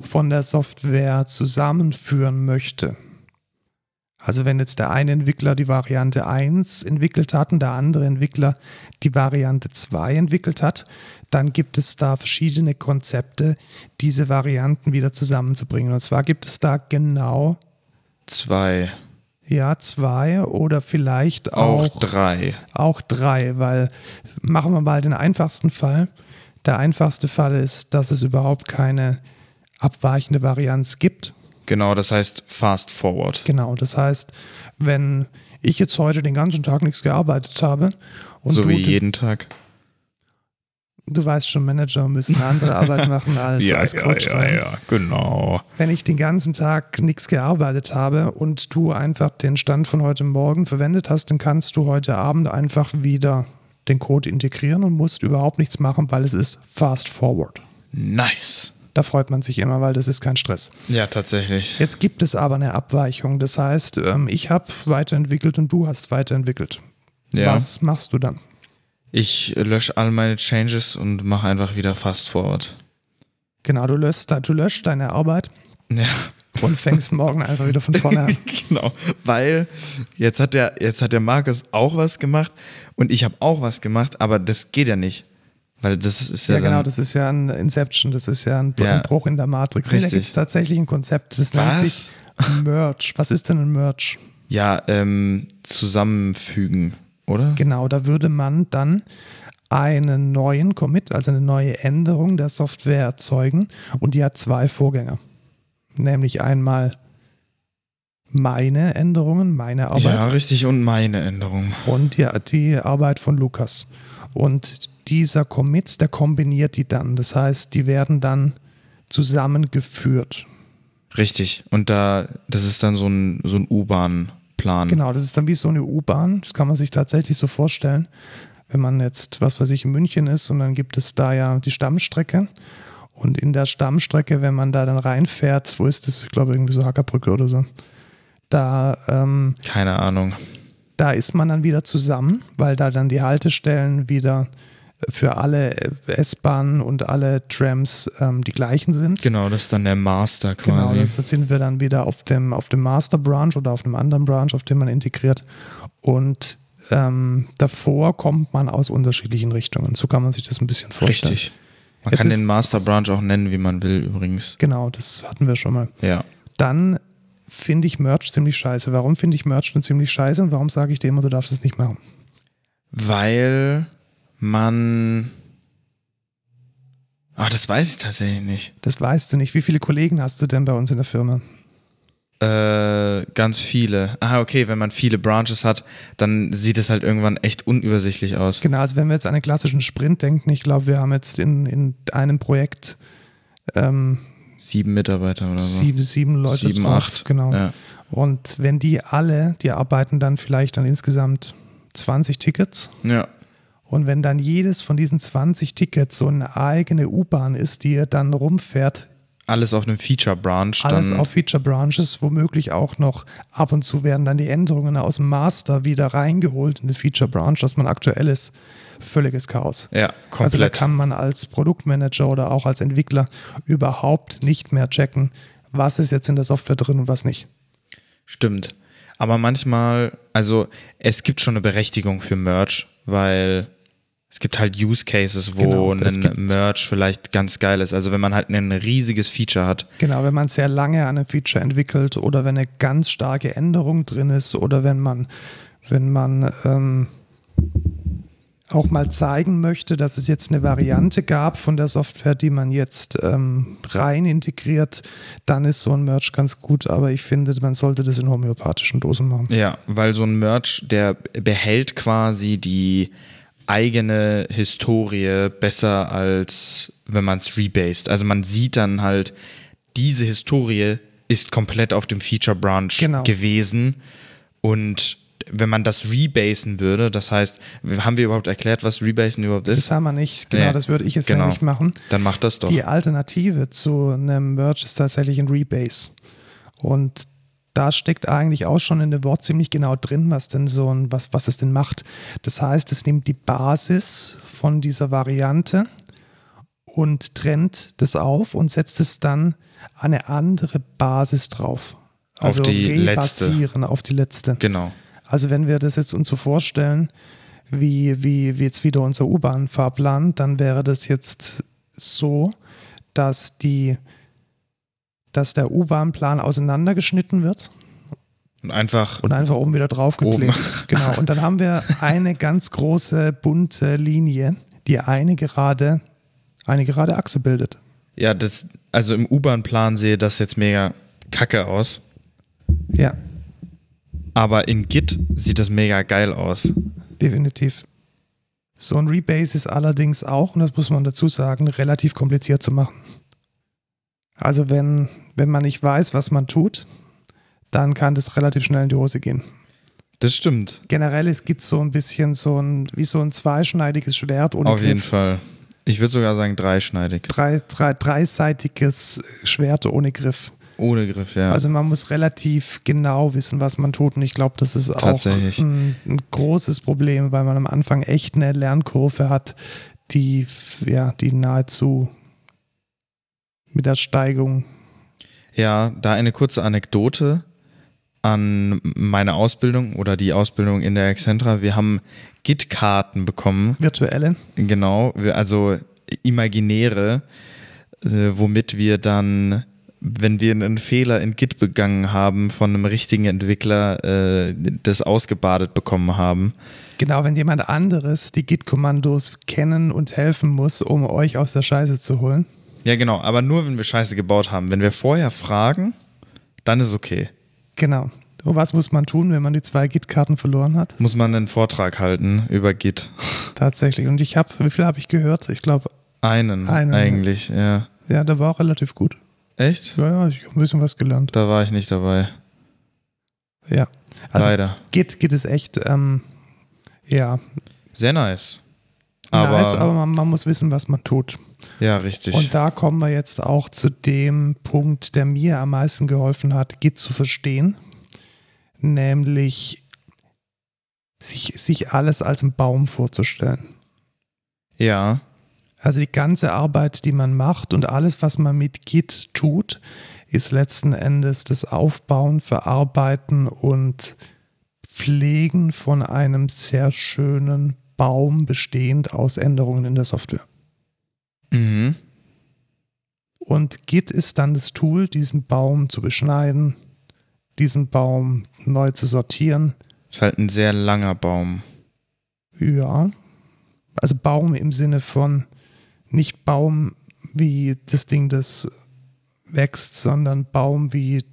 [SPEAKER 1] von der Software zusammenführen möchte. Also wenn jetzt der eine Entwickler die Variante 1 entwickelt hat und der andere Entwickler die Variante 2 entwickelt hat, dann gibt es da verschiedene Konzepte, diese Varianten wieder zusammenzubringen. Und zwar gibt es da genau
[SPEAKER 2] Zwei.
[SPEAKER 1] Ja, zwei oder vielleicht
[SPEAKER 2] Auch,
[SPEAKER 1] auch,
[SPEAKER 2] drei.
[SPEAKER 1] auch drei, weil machen wir mal den einfachsten Fall. Der einfachste Fall ist, dass es überhaupt keine abweichende Varianz gibt.
[SPEAKER 2] Genau, das heißt fast forward.
[SPEAKER 1] Genau, das heißt, wenn ich jetzt heute den ganzen Tag nichts gearbeitet habe und
[SPEAKER 2] so
[SPEAKER 1] du
[SPEAKER 2] wie jeden Tag.
[SPEAKER 1] du weißt schon, Manager müssen eine andere Arbeit machen als,
[SPEAKER 2] ja,
[SPEAKER 1] als
[SPEAKER 2] ja,
[SPEAKER 1] Code
[SPEAKER 2] ja,
[SPEAKER 1] schreiben.
[SPEAKER 2] ja, genau.
[SPEAKER 1] Wenn ich den ganzen Tag nichts gearbeitet habe und du einfach den Stand von heute Morgen verwendet hast, dann kannst du heute Abend einfach wieder den Code integrieren und musst überhaupt nichts machen, weil es ist fast forward.
[SPEAKER 2] Nice.
[SPEAKER 1] Da freut man sich immer, weil das ist kein Stress.
[SPEAKER 2] Ja, tatsächlich.
[SPEAKER 1] Jetzt gibt es aber eine Abweichung. Das heißt, ähm, ich habe weiterentwickelt und du hast weiterentwickelt.
[SPEAKER 2] Ja.
[SPEAKER 1] Was machst du dann?
[SPEAKER 2] Ich lösche all meine Changes und mache einfach wieder Fast Forward.
[SPEAKER 1] Genau, du löscht, du löscht deine Arbeit
[SPEAKER 2] Ja,
[SPEAKER 1] und fängst morgen einfach wieder von vorne an.
[SPEAKER 2] genau. Weil jetzt hat der, jetzt hat der Markus auch was gemacht und ich habe auch was gemacht, aber das geht ja nicht. Weil das ist ja,
[SPEAKER 1] Ja, genau,
[SPEAKER 2] dann,
[SPEAKER 1] das ist ja ein Inception, das ist ja ein,
[SPEAKER 2] Ja.
[SPEAKER 1] ein Bruch in der Matrix. Nee, da
[SPEAKER 2] Richtig.
[SPEAKER 1] gibt es tatsächlich ein Konzept, das nennt
[SPEAKER 2] Was?
[SPEAKER 1] sich Merge. Was ist denn ein Merge?
[SPEAKER 2] ja ähm, zusammenfügen, oder?
[SPEAKER 1] Genau, da würde man dann einen neuen Commit, also eine neue Änderung der Software erzeugen und die hat zwei Vorgänger. Nämlich einmal meine Änderungen, meine Arbeit
[SPEAKER 2] ja, richtig. Und meine Änderung.
[SPEAKER 1] und die, die Arbeit von Lukas. Und dieser Commit, der kombiniert die dann. Das heißt, die werden dann zusammengeführt.
[SPEAKER 2] Richtig. Und da, das ist dann so ein, so ein U-Bahn-Plan.
[SPEAKER 1] Genau, das ist dann wie so eine U-Bahn. Das kann man sich tatsächlich so vorstellen. Wenn man jetzt, was weiß ich, in München ist und dann gibt es da ja die Stammstrecke. Und in der Stammstrecke, wenn man da dann reinfährt, wo ist das? Ich glaube, irgendwie so Hackerbrücke oder so. Da, ähm,
[SPEAKER 2] Keine Ahnung.
[SPEAKER 1] da ist man dann wieder zusammen, weil da dann die Haltestellen wieder für alle S-Bahnen und alle Trams ähm, die gleichen sind.
[SPEAKER 2] Genau, das ist dann der Master
[SPEAKER 1] Genau,
[SPEAKER 2] quasi.
[SPEAKER 1] das, das sind wir dann wieder auf dem, auf dem Master Branch oder auf einem anderen Branch, auf dem man integriert. Und ähm, davor kommt man aus unterschiedlichen Richtungen. So kann man sich das ein bisschen vorstellen.
[SPEAKER 2] Richtig. Man
[SPEAKER 1] Jetzt
[SPEAKER 2] kann
[SPEAKER 1] ist-
[SPEAKER 2] den Master Branch auch nennen, wie man will, übrigens.
[SPEAKER 1] Genau, das hatten wir schon mal.
[SPEAKER 2] Ja.
[SPEAKER 1] Dann finde ich Merch ziemlich scheiße. Warum finde ich Merch denn ziemlich scheiße und warum sage ich dir immer, du darfst es nicht machen?
[SPEAKER 2] Weil man. Ah, das weiß ich tatsächlich nicht.
[SPEAKER 1] Das weißt du nicht. Wie viele Kollegen hast du denn bei uns in der Firma?
[SPEAKER 2] Äh, ganz viele. Ah, okay, wenn man viele Branches hat, dann sieht es halt irgendwann echt unübersichtlich aus.
[SPEAKER 1] Genau, also wenn wir jetzt an den klassischen Sprint denken, ich glaube, wir haben jetzt in, in einem Projekt ähm,
[SPEAKER 2] Sieben Mitarbeiter oder so.
[SPEAKER 1] sieben, sieben Leute
[SPEAKER 2] Also Sieben,
[SPEAKER 1] drauf.
[SPEAKER 2] acht.
[SPEAKER 1] Genau.
[SPEAKER 2] Ja.
[SPEAKER 1] Und wenn die alle, die arbeiten dann vielleicht an insgesamt 20 Tickets.
[SPEAKER 2] ja.
[SPEAKER 1] Und wenn dann jedes von diesen 20 Tickets so eine eigene U-Bahn ist, die dann rumfährt,
[SPEAKER 2] Alles auf einem Feature Branch.
[SPEAKER 1] alles
[SPEAKER 2] dann,
[SPEAKER 1] auf Feature Branches, womöglich auch noch ab und zu werden dann die Änderungen aus dem Master wieder reingeholt in den Feature Branch, dass man aktuell ist. Völliges Chaos.
[SPEAKER 2] Ja,
[SPEAKER 1] Also da
[SPEAKER 2] komplett.
[SPEAKER 1] kann man als Produktmanager oder auch als Entwickler überhaupt nicht mehr checken, was ist jetzt in der Software drin und was nicht.
[SPEAKER 2] Stimmt. Aber manchmal, also es gibt schon eine Berechtigung für Merch, weil es gibt halt Use Cases,
[SPEAKER 1] Genau,
[SPEAKER 2] wo
[SPEAKER 1] es gibt-
[SPEAKER 2] ein Merch vielleicht ganz geil ist. Also wenn man halt ein riesiges Feature hat.
[SPEAKER 1] Genau, wenn man sehr lange an einem Feature entwickelt oder wenn eine ganz starke Änderung drin ist oder wenn man, wenn man ähm, auch mal zeigen möchte, dass es jetzt eine Variante gab von der Software, die man jetzt ähm, rein integriert, dann ist so ein Merch ganz gut, aber ich finde, man sollte das in homöopathischen Dosen machen.
[SPEAKER 2] Ja, weil so ein Merch, der behält quasi die eigene Historie besser als wenn man es rebased. Also man sieht dann halt, diese Historie ist komplett auf dem Feature Branch
[SPEAKER 1] Genau.
[SPEAKER 2] gewesen und wenn man das rebasen würde, das heißt, haben wir überhaupt erklärt, was rebasen überhaupt
[SPEAKER 1] Das
[SPEAKER 2] ist?
[SPEAKER 1] haben wir nicht, genau,
[SPEAKER 2] Nee,
[SPEAKER 1] das würde ich jetzt
[SPEAKER 2] genau.
[SPEAKER 1] nämlich machen.
[SPEAKER 2] Dann macht das doch.
[SPEAKER 1] Die Alternative zu einem Merge ist tatsächlich ein Rebase. Und da steckt eigentlich auch schon in dem Wort ziemlich genau drin, was denn so ein, was, was es denn macht. Das heißt, es nimmt die Basis von dieser Variante und trennt das auf und setzt es dann eine andere Basis drauf. Also
[SPEAKER 2] Auf die letzte.
[SPEAKER 1] rebasieren auf die letzte.
[SPEAKER 2] Genau.
[SPEAKER 1] Also wenn wir das jetzt uns so vorstellen, wie, wie, wie jetzt wieder unser U-Bahn-Fahrplan, dann wäre das jetzt so, dass die dass der U-Bahn-Plan auseinandergeschnitten wird
[SPEAKER 2] Und einfach
[SPEAKER 1] und einfach oben wieder draufgeklebt. Genau. Und dann haben wir eine ganz große bunte Linie, die eine gerade, eine gerade Achse bildet.
[SPEAKER 2] ja, das also im U-Bahn-Plan sehe das jetzt mega kacke aus.
[SPEAKER 1] Ja,
[SPEAKER 2] Aber in Git sieht das mega geil aus.
[SPEAKER 1] definitiv. So ein Rebase ist allerdings auch, und das muss man dazu sagen, relativ kompliziert zu machen. Also wenn, wenn man nicht weiß, was man tut, dann kann das relativ schnell in die Hose gehen.
[SPEAKER 2] Das stimmt.
[SPEAKER 1] Generell, es gibt so ein bisschen so ein, wie so ein zweischneidiges Schwert ohne
[SPEAKER 2] Auf jeden
[SPEAKER 1] Griff.
[SPEAKER 2] Fall. Ich würde sogar sagen dreischneidig.
[SPEAKER 1] Drei, drei, dreiseitiges Schwert ohne Griff.
[SPEAKER 2] Ohne Griff, ja.
[SPEAKER 1] Also man muss relativ genau wissen, was man tut. Und ich glaube, das ist auch
[SPEAKER 2] Tatsächlich.
[SPEAKER 1] ein, ein großes Problem, weil man am Anfang echt eine Lernkurve hat, die, f- ja, die nahezu mit der Steigung.
[SPEAKER 2] Ja, da eine kurze Anekdote an meine Ausbildung oder die Ausbildung in der Excentra. Wir haben Git-Karten bekommen,
[SPEAKER 1] Virtuelle.
[SPEAKER 2] genau, wir- also imaginäre, äh, womit wir dann, wenn wir einen Fehler in Git begangen haben, von einem richtigen Entwickler äh, das ausgebadet bekommen haben.
[SPEAKER 1] Genau, wenn jemand anderes die Git-Kommandos kennen und helfen muss, um euch aus der Scheiße zu holen.
[SPEAKER 2] Ja, genau, aber nur, wenn wir Scheiße gebaut haben. Wenn wir vorher fragen, dann ist okay.
[SPEAKER 1] Genau. Und was muss man tun, wenn man die zwei Git-Karten verloren hat?
[SPEAKER 2] Muss man einen Vortrag halten über Git.
[SPEAKER 1] Tatsächlich. Und ich habe, wie viel habe ich gehört? Ich glaube,
[SPEAKER 2] Einen,
[SPEAKER 1] Einen.
[SPEAKER 2] eigentlich, ja.
[SPEAKER 1] ja, da war auch relativ gut.
[SPEAKER 2] Echt?
[SPEAKER 1] Ja, ja, ich habe ein bisschen was gelernt.
[SPEAKER 2] Da war ich nicht dabei.
[SPEAKER 1] Ja. Also
[SPEAKER 2] Leider.
[SPEAKER 1] Git, Git ist echt, ähm, ja,
[SPEAKER 2] Sehr nice. Aber,
[SPEAKER 1] nice, aber man, man muss wissen, was man tut.
[SPEAKER 2] ja, richtig.
[SPEAKER 1] Und da kommen wir jetzt auch zu dem Punkt, der mir am meisten geholfen hat, Git zu verstehen. Nämlich sich, sich alles als einen Baum vorzustellen.
[SPEAKER 2] ja,
[SPEAKER 1] Also die ganze Arbeit, die man macht und alles, was man mit Git tut, ist letzten Endes das Aufbauen, Verarbeiten und Pflegen von einem sehr schönen Baum bestehend aus Änderungen in der Software.
[SPEAKER 2] mhm.
[SPEAKER 1] Und Git ist dann das Tool, diesen Baum zu beschneiden, diesen Baum neu zu sortieren.
[SPEAKER 2] ist halt ein sehr langer Baum.
[SPEAKER 1] Ja. Also Baum im Sinne von nicht Baum wie das Ding, das wächst, sondern Baum wie,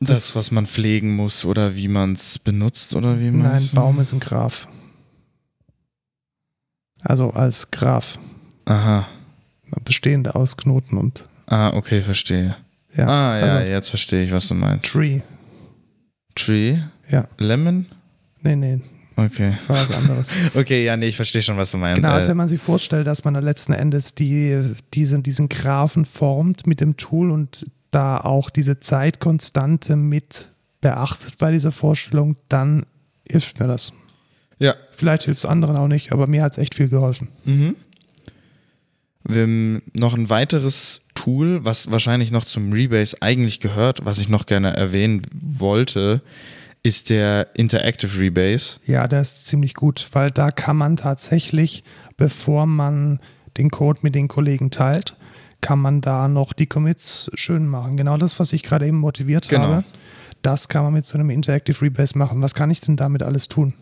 [SPEAKER 2] Das, was man pflegen muss oder wie man es benutzt oder wie man
[SPEAKER 1] nein, Baum ist ein Graph. Also als Graph,
[SPEAKER 2] Aha.
[SPEAKER 1] bestehend aus Knoten und
[SPEAKER 2] Ah, okay, verstehe.
[SPEAKER 1] ja,
[SPEAKER 2] ah, ja,
[SPEAKER 1] also
[SPEAKER 2] jetzt verstehe ich, was du meinst.
[SPEAKER 1] Tree.
[SPEAKER 2] Tree?
[SPEAKER 1] Ja.
[SPEAKER 2] Lemon?
[SPEAKER 1] Nee, nee,
[SPEAKER 2] Okay.
[SPEAKER 1] war was anderes.
[SPEAKER 2] Okay, ja, nee, ich verstehe schon, was du meinst.
[SPEAKER 1] Genau,
[SPEAKER 2] Äh,
[SPEAKER 1] als wenn man sich vorstellt, dass man da letzten Endes die, diesen, diesen Graphen formt mit dem Tool und da auch diese Zeitkonstante mit beachtet bei dieser Vorstellung, dann hilft mir das.
[SPEAKER 2] ja,
[SPEAKER 1] Vielleicht hilft es anderen auch nicht, aber mir hat es echt viel geholfen.
[SPEAKER 2] Mhm. Wir haben noch ein weiteres Tool, was wahrscheinlich noch zum Rebase eigentlich gehört, was ich noch gerne erwähnen wollte, ist der Interactive Rebase.
[SPEAKER 1] Ja, der ist ziemlich gut, weil da kann man tatsächlich, bevor man den Code mit den Kollegen teilt, kann man da noch die Commits schön machen. Genau das, was ich gerade eben motiviert
[SPEAKER 2] Genau.
[SPEAKER 1] habe, das kann man mit so einem Interactive Rebase machen. Was kann ich denn damit alles tun?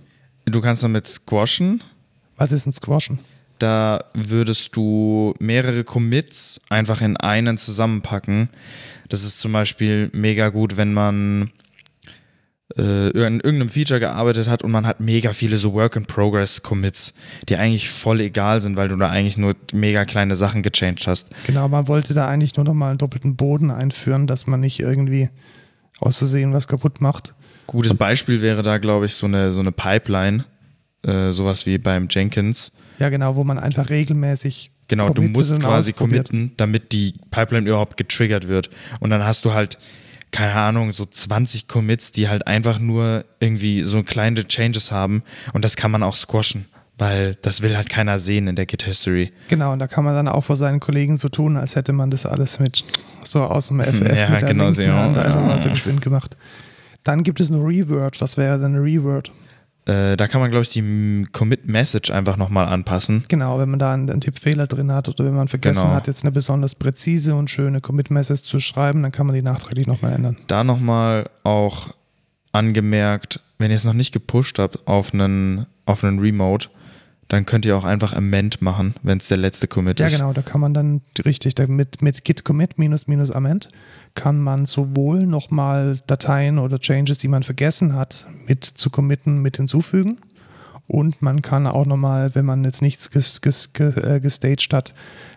[SPEAKER 2] Du kannst damit squashen.
[SPEAKER 1] Was ist ein Squashen?
[SPEAKER 2] Da würdest du mehrere Commits einfach in einen zusammenpacken. Das ist zum Beispiel mega gut, wenn man äh, an irgendeinem Feature gearbeitet hat und man hat mega viele so Work-in-Progress-Commits, die eigentlich voll egal sind, weil du da eigentlich nur mega kleine Sachen gechanged hast.
[SPEAKER 1] Genau, man wollte da eigentlich nur nochmal einen doppelten Boden einführen, dass man nicht irgendwie aus Versehen was kaputt macht.
[SPEAKER 2] Gutes Beispiel wäre da, glaube ich, so eine, so eine Pipeline, äh, sowas wie beim Jenkins.
[SPEAKER 1] Ja, genau, wo man einfach regelmäßig.
[SPEAKER 2] Genau, du
[SPEAKER 1] committed
[SPEAKER 2] musst
[SPEAKER 1] und
[SPEAKER 2] quasi
[SPEAKER 1] ausprobiert.
[SPEAKER 2] committen, damit die Pipeline überhaupt getriggert wird. Und dann hast du halt, keine Ahnung, so 20 Commits, die halt einfach nur irgendwie so kleine Changes haben. Und das kann man auch squashen, weil das will halt keiner sehen in der Git-History.
[SPEAKER 1] Genau, und da kann man dann auch vor seinen Kollegen so tun, als hätte man das alles mit so aus dem FF
[SPEAKER 2] Ja,
[SPEAKER 1] mit der
[SPEAKER 2] genau,
[SPEAKER 1] linken
[SPEAKER 2] sehr-
[SPEAKER 1] Hand einfach mal so
[SPEAKER 2] ja.
[SPEAKER 1] geschwind gemacht. Dann gibt es ein Reword. Was wäre denn ein Reword?
[SPEAKER 2] Äh, da kann man, glaube ich, die M- Commit-Message einfach nochmal anpassen.
[SPEAKER 1] Genau, wenn man da einen, einen Tippfehler drin hat oder wenn man vergessen
[SPEAKER 2] Genau.
[SPEAKER 1] hat, jetzt eine besonders präzise und schöne Commit-Message zu schreiben, dann kann man die nachträglich nochmal ändern.
[SPEAKER 2] Da nochmal auch angemerkt, wenn ihr es noch nicht gepusht habt auf einen, auf einen Remote, dann könnt ihr auch einfach Amend machen, wenn es der letzte Commit
[SPEAKER 1] Ja,
[SPEAKER 2] ist.
[SPEAKER 1] genau, da kann man dann richtig, da mit, mit git commit minus minus amend kann man sowohl nochmal Dateien oder Changes, die man vergessen hat, mit zu committen, mit hinzufügen Und man kann auch nochmal, wenn man jetzt nichts ges ges ges äh, gestaged hat,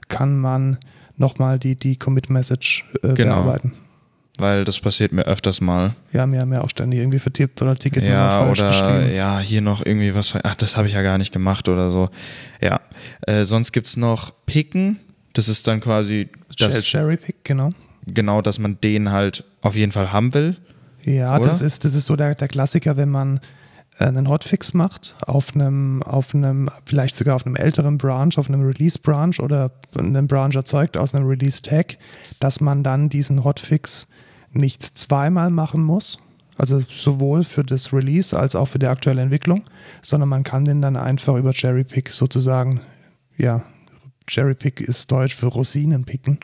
[SPEAKER 1] kann man nochmal die, die Commit-Message äh,
[SPEAKER 2] Genau.
[SPEAKER 1] bearbeiten.
[SPEAKER 2] Weil das passiert mir öfters mal.
[SPEAKER 1] Wir haben ja mehr auch ständig irgendwie vertippt oder Ticket
[SPEAKER 2] Ja,
[SPEAKER 1] falsch
[SPEAKER 2] oder
[SPEAKER 1] geschrieben.
[SPEAKER 2] ja, hier noch irgendwie was. ver- Ach, das habe ich ja gar nicht gemacht oder so. Ja. Äh, sonst gibt es noch Picken. Das ist dann quasi,
[SPEAKER 1] Das
[SPEAKER 2] das,
[SPEAKER 1] Cherry Pick, genau.
[SPEAKER 2] genau, dass man den halt auf jeden Fall haben will.
[SPEAKER 1] Ja,
[SPEAKER 2] Oder?
[SPEAKER 1] das ist, das ist so der, der Klassiker, wenn man äh, einen Hotfix macht auf einem, auf einem, vielleicht sogar auf einem älteren Branch, auf einem Release-Branch oder einen Branch erzeugt aus einem Release-Tag, dass man dann diesen Hotfix nicht zweimal machen muss, also sowohl für das Release als auch für die aktuelle Entwicklung, sondern man kann den dann einfach über Cherry-Pick sozusagen, ja, Cherry-Pick ist Deutsch für Rosinen picken.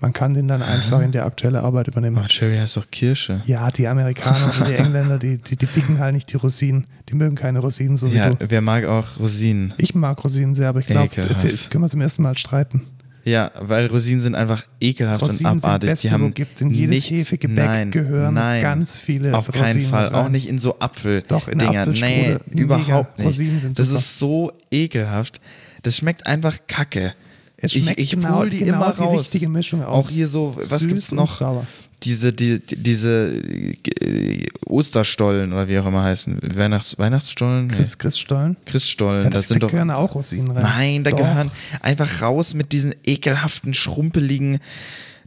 [SPEAKER 1] Man kann den dann einfach in der aktuelle Arbeit übernehmen.
[SPEAKER 2] Oh, Cherry heißt doch Kirsche.
[SPEAKER 1] Ja, die Amerikaner und die Engländer, die, die, die picken halt nicht die Rosinen. Die mögen keine Rosinen, so wie
[SPEAKER 2] Ja,
[SPEAKER 1] du.
[SPEAKER 2] wer mag auch Rosinen?
[SPEAKER 1] Ich mag Rosinen sehr, aber ich glaube,
[SPEAKER 2] Ekelhaft.
[SPEAKER 1] jetzt können wir zum ersten Mal streiten.
[SPEAKER 2] Ja, weil Rosinen sind einfach ekelhaft
[SPEAKER 1] Rosinen
[SPEAKER 2] und
[SPEAKER 1] sind
[SPEAKER 2] abartig.
[SPEAKER 1] beste,
[SPEAKER 2] die haben
[SPEAKER 1] wo gibt. In jedes
[SPEAKER 2] nichts,
[SPEAKER 1] Hefegebäck
[SPEAKER 2] nein,
[SPEAKER 1] gehören
[SPEAKER 2] nein,
[SPEAKER 1] ganz viele
[SPEAKER 2] Auf keinen
[SPEAKER 1] Rosinen
[SPEAKER 2] Fall. Auch
[SPEAKER 1] rein.
[SPEAKER 2] nicht in so Apfel.
[SPEAKER 1] Doch, in
[SPEAKER 2] Dinger.
[SPEAKER 1] Apfelstrudel.
[SPEAKER 2] Nee, überhaupt
[SPEAKER 1] Mega.
[SPEAKER 2] nicht.
[SPEAKER 1] Rosinen sind
[SPEAKER 2] das
[SPEAKER 1] super.
[SPEAKER 2] ist so ekelhaft. Das schmeckt einfach kacke.
[SPEAKER 1] Es schmeckt
[SPEAKER 2] ich ich
[SPEAKER 1] genau-
[SPEAKER 2] hol die
[SPEAKER 1] genau
[SPEAKER 2] immer
[SPEAKER 1] die
[SPEAKER 2] raus.
[SPEAKER 1] richtige Mischung aus
[SPEAKER 2] Auch hier so, was
[SPEAKER 1] süß
[SPEAKER 2] gibt's
[SPEAKER 1] und
[SPEAKER 2] noch?
[SPEAKER 1] sauer.
[SPEAKER 2] Diese, die, die- diese äh, Osterstollen oder wie auch immer heißen. Weihnachts, Weihnachtsstollen? Nee.
[SPEAKER 1] Chris, Chris Stollen.
[SPEAKER 2] Christstollen.
[SPEAKER 1] Ja,
[SPEAKER 2] das,
[SPEAKER 1] das,
[SPEAKER 2] sind
[SPEAKER 1] da
[SPEAKER 2] doch
[SPEAKER 1] gehören auch Rosinen rein.
[SPEAKER 2] Nein, da
[SPEAKER 1] Doch.
[SPEAKER 2] gehören einfach raus mit diesen ekelhaften, schrumpeligen.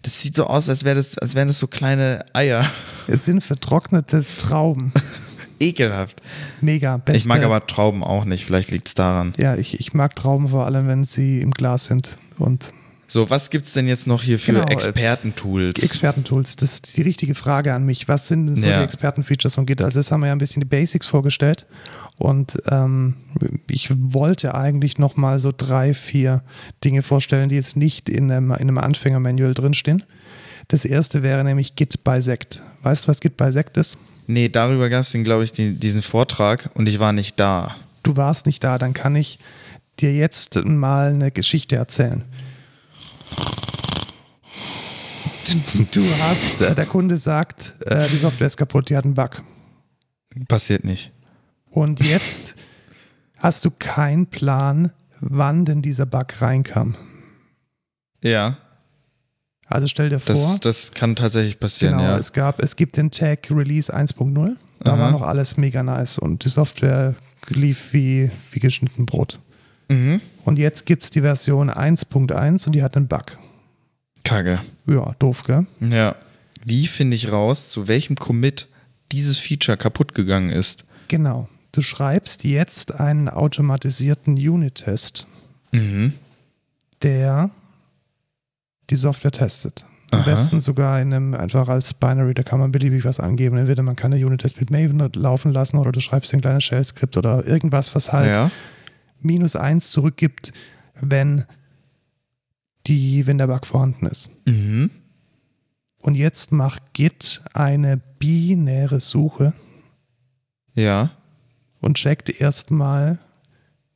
[SPEAKER 2] Das sieht so aus, als, wär das, als wären das so kleine Eier.
[SPEAKER 1] Es sind vertrocknete Trauben.
[SPEAKER 2] Ekelhaft.
[SPEAKER 1] Mega. Beste.
[SPEAKER 2] Ich mag aber Trauben auch nicht, vielleicht liegt es daran.
[SPEAKER 1] Ja, ich, ich mag Trauben vor allem, wenn sie im Glas sind. Und
[SPEAKER 2] So, was gibt's denn jetzt noch hier für
[SPEAKER 1] Genau, äh,
[SPEAKER 2] Expertentools?
[SPEAKER 1] Die Expertentools, das ist die richtige Frage an mich. Was sind denn so
[SPEAKER 2] Ja.
[SPEAKER 1] die Expertenfeatures von Git? Also, das haben wir ja ein bisschen die Basics vorgestellt. Und ähm, ich wollte eigentlich nochmal so drei, vier Dinge vorstellen, die jetzt nicht in einem, in einem Anfängermanual drinstehen. Das erste wäre nämlich Git Bisect. Weißt du, was Git Bisect ist?
[SPEAKER 2] nee, darüber gab's den, glaube ich, die, diesen Vortrag und ich war nicht da.
[SPEAKER 1] Du warst nicht da, dann kann ich dir jetzt mal eine Geschichte erzählen. Du hast, äh, der Kunde sagt, äh, die Software ist kaputt, die hat einen Bug.
[SPEAKER 2] Passiert nicht.
[SPEAKER 1] Und jetzt hast du keinen Plan, wann denn dieser Bug reinkam.
[SPEAKER 2] Ja,
[SPEAKER 1] Also stell dir vor,
[SPEAKER 2] das, das kann tatsächlich passieren,
[SPEAKER 1] genau,
[SPEAKER 2] ja.
[SPEAKER 1] es gab, es gibt den Tag Release 1.0, da
[SPEAKER 2] Aha.
[SPEAKER 1] war noch alles mega nice und die Software lief wie, wie geschnitten Brot.
[SPEAKER 2] Mhm.
[SPEAKER 1] Und jetzt gibt es die Version 1.1 und die hat einen Bug.
[SPEAKER 2] Kacke.
[SPEAKER 1] Ja, doof, gell?
[SPEAKER 2] Ja. Wie finde ich raus, zu welchem Commit dieses Feature kaputt gegangen ist?
[SPEAKER 1] Genau. Du schreibst jetzt einen automatisierten Unit-Test,
[SPEAKER 2] Mhm.
[SPEAKER 1] der die Software testet. Am
[SPEAKER 2] Aha.
[SPEAKER 1] besten sogar in einem, einfach als Binary, da kann man beliebig was angeben. Entweder man kann eine Unit-Test mit Maven laufen lassen oder du schreibst ein kleines Shell-Skript oder irgendwas, was halt
[SPEAKER 2] Ja.
[SPEAKER 1] minus eins zurückgibt, wenn, die, wenn der Bug vorhanden ist.
[SPEAKER 2] Mhm.
[SPEAKER 1] Und jetzt macht Git eine binäre Suche
[SPEAKER 2] Ja.
[SPEAKER 1] und checkt erstmal,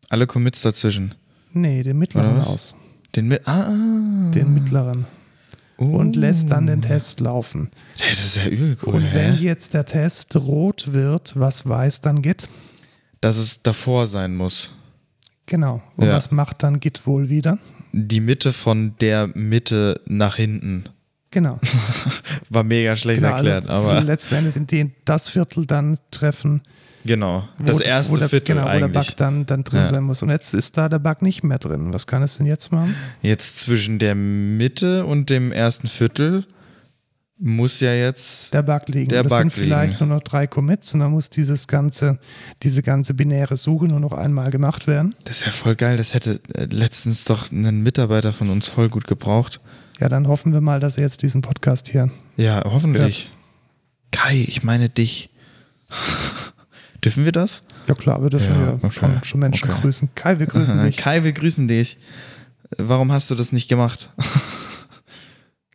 [SPEAKER 2] Alle Commits dazwischen.
[SPEAKER 1] nee, den mittleren
[SPEAKER 2] Oder was?
[SPEAKER 1] aus.
[SPEAKER 2] Den mit. Ah.
[SPEAKER 1] Den mittleren.
[SPEAKER 2] Oh.
[SPEAKER 1] und lässt dann den Test laufen.
[SPEAKER 2] Hey, das ist ja übel cool.
[SPEAKER 1] und wenn
[SPEAKER 2] hä?
[SPEAKER 1] jetzt der Test rot wird, was weiß dann Git?
[SPEAKER 2] Dass es davor sein muss.
[SPEAKER 1] Genau. Und
[SPEAKER 2] Ja.
[SPEAKER 1] was macht dann Git wohl wieder?
[SPEAKER 2] Die Mitte von der Mitte nach hinten.
[SPEAKER 1] Genau.
[SPEAKER 2] War mega schlecht
[SPEAKER 1] genau
[SPEAKER 2] erklärt,
[SPEAKER 1] also
[SPEAKER 2] aber
[SPEAKER 1] letzten Endes in den das Viertel dann treffen,
[SPEAKER 2] genau.
[SPEAKER 1] wo-
[SPEAKER 2] Das erste
[SPEAKER 1] wo der,
[SPEAKER 2] Viertel
[SPEAKER 1] genau, wo der
[SPEAKER 2] eigentlich.
[SPEAKER 1] Bug dann, dann drin
[SPEAKER 2] Ja.
[SPEAKER 1] sein muss. Und jetzt ist da der Bug nicht mehr drin. Was kann es denn jetzt machen?
[SPEAKER 2] Jetzt zwischen der Mitte und dem ersten Viertel muss ja jetzt.
[SPEAKER 1] Der Bug liegen.
[SPEAKER 2] Der
[SPEAKER 1] das
[SPEAKER 2] Bug
[SPEAKER 1] sind vielleicht
[SPEAKER 2] liegen.
[SPEAKER 1] nur noch drei Commits und dann muss dieses ganze, diese ganze binäre Suche nur noch einmal gemacht werden.
[SPEAKER 2] Das ist ja voll geil. Das hätte äh, letztens doch einen Mitarbeiter von uns voll gut gebraucht.
[SPEAKER 1] Ja, dann hoffen wir mal, dass er jetzt diesen Podcast hier
[SPEAKER 2] Ja, hoffentlich. Kai, ich meine dich. Dürfen wir das?
[SPEAKER 1] Ja klar, wir dürfen
[SPEAKER 2] Ja,
[SPEAKER 1] ja,
[SPEAKER 2] okay,
[SPEAKER 1] schon, schon Menschen
[SPEAKER 2] okay.
[SPEAKER 1] grüßen. Kai, wir grüßen
[SPEAKER 2] Äh,
[SPEAKER 1] dich.
[SPEAKER 2] Kai, wir grüßen dich. Warum hast du das nicht gemacht?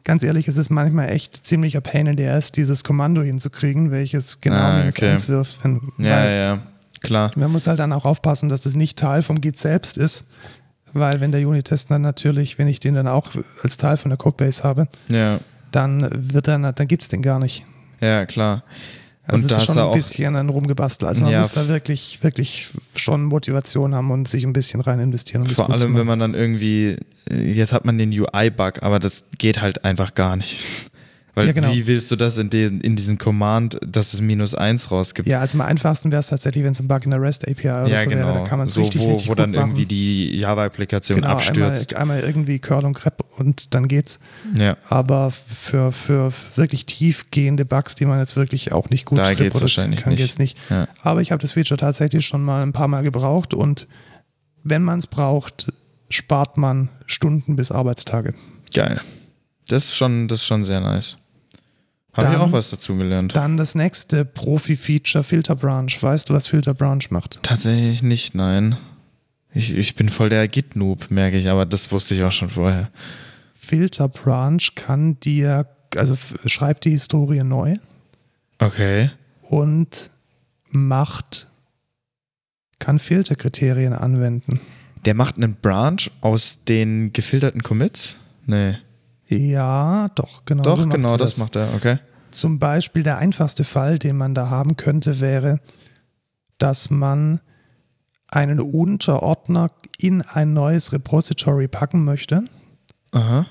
[SPEAKER 1] Ganz ehrlich, es ist manchmal echt ziemlicher Pain in the ass, dieses Kommando hinzukriegen, welches genau
[SPEAKER 2] Ah,
[SPEAKER 1] ah,
[SPEAKER 2] okay.
[SPEAKER 1] uns wirft. Wenn,
[SPEAKER 2] Ja,
[SPEAKER 1] weil
[SPEAKER 2] ja, ja. Klar.
[SPEAKER 1] Man muss halt dann auch aufpassen, dass das nicht Teil vom Git selbst ist, weil wenn der Unit-Test dann natürlich, wenn ich den dann auch als Teil von der Codebase habe,
[SPEAKER 2] Ja,
[SPEAKER 1] dann wird er, na- dann gibt's den gar nicht.
[SPEAKER 2] ja, klar.
[SPEAKER 1] Also
[SPEAKER 2] Und
[SPEAKER 1] es
[SPEAKER 2] da
[SPEAKER 1] ist
[SPEAKER 2] ist
[SPEAKER 1] schon
[SPEAKER 2] er
[SPEAKER 1] ein
[SPEAKER 2] auch-
[SPEAKER 1] bisschen ein rumgebastelt. Also man
[SPEAKER 2] Ja,
[SPEAKER 1] muss da
[SPEAKER 2] f-
[SPEAKER 1] wirklich, wirklich schon Motivation haben und sich ein bisschen rein investieren. Um das
[SPEAKER 2] Vor
[SPEAKER 1] gut zu
[SPEAKER 2] allem, wenn
[SPEAKER 1] machen.
[SPEAKER 2] man dann irgendwie, äh, jetzt hat man den UI-Bug, aber das geht halt einfach gar nicht. Weil
[SPEAKER 1] Ja, genau.
[SPEAKER 2] wie willst du das in, den, in diesem Command, dass es minus eins rausgibt?
[SPEAKER 1] Ja, also am einfachsten wäre es tatsächlich, wenn es ein Bug in der REST-API oder so wäre. Da kann man es
[SPEAKER 2] genau. so,
[SPEAKER 1] richtig,
[SPEAKER 2] wo,
[SPEAKER 1] richtig
[SPEAKER 2] wo
[SPEAKER 1] gut
[SPEAKER 2] dann
[SPEAKER 1] machen.
[SPEAKER 2] irgendwie die Java-Applikation
[SPEAKER 1] genau,
[SPEAKER 2] abstürzt.
[SPEAKER 1] Einmal, einmal irgendwie Curl und Crep und dann geht's.
[SPEAKER 2] Ja,
[SPEAKER 1] Aber für, für wirklich tiefgehende Bugs, die man jetzt wirklich auch nicht gut
[SPEAKER 2] Da geht's
[SPEAKER 1] reproduzieren
[SPEAKER 2] wahrscheinlich
[SPEAKER 1] kann,
[SPEAKER 2] nicht.
[SPEAKER 1] geht's nicht.
[SPEAKER 2] ja.
[SPEAKER 1] Aber ich habe das Feature tatsächlich schon mal ein paar Mal gebraucht und wenn man es braucht, spart man Stunden bis Arbeitstage.
[SPEAKER 2] geil. Das ist schon, das ist schon sehr nice. Haben wir
[SPEAKER 1] Dann-
[SPEAKER 2] auch was dazu gelernt?
[SPEAKER 1] Dann das nächste Profi-Feature, Filter Branch. Weißt du, was Filter Branch macht?
[SPEAKER 2] Tatsächlich nicht, nein. Ich, ich bin voll der Git-Noob, merke ich, aber das wusste ich auch schon vorher.
[SPEAKER 1] Filter Branch kann dir, also f- schreibt die Historie neu
[SPEAKER 2] Okay.
[SPEAKER 1] und macht, kann Filterkriterien anwenden.
[SPEAKER 2] Der macht einen Branch aus den gefilterten Commits? Nee.
[SPEAKER 1] Ja, doch, genau.
[SPEAKER 2] Doch,
[SPEAKER 1] so macht
[SPEAKER 2] genau,
[SPEAKER 1] sie
[SPEAKER 2] das. macht er, okay.
[SPEAKER 1] Zum Beispiel der einfachste Fall, den man da haben könnte, wäre, dass man einen Unterordner in ein neues Repository packen möchte,
[SPEAKER 2] Aha.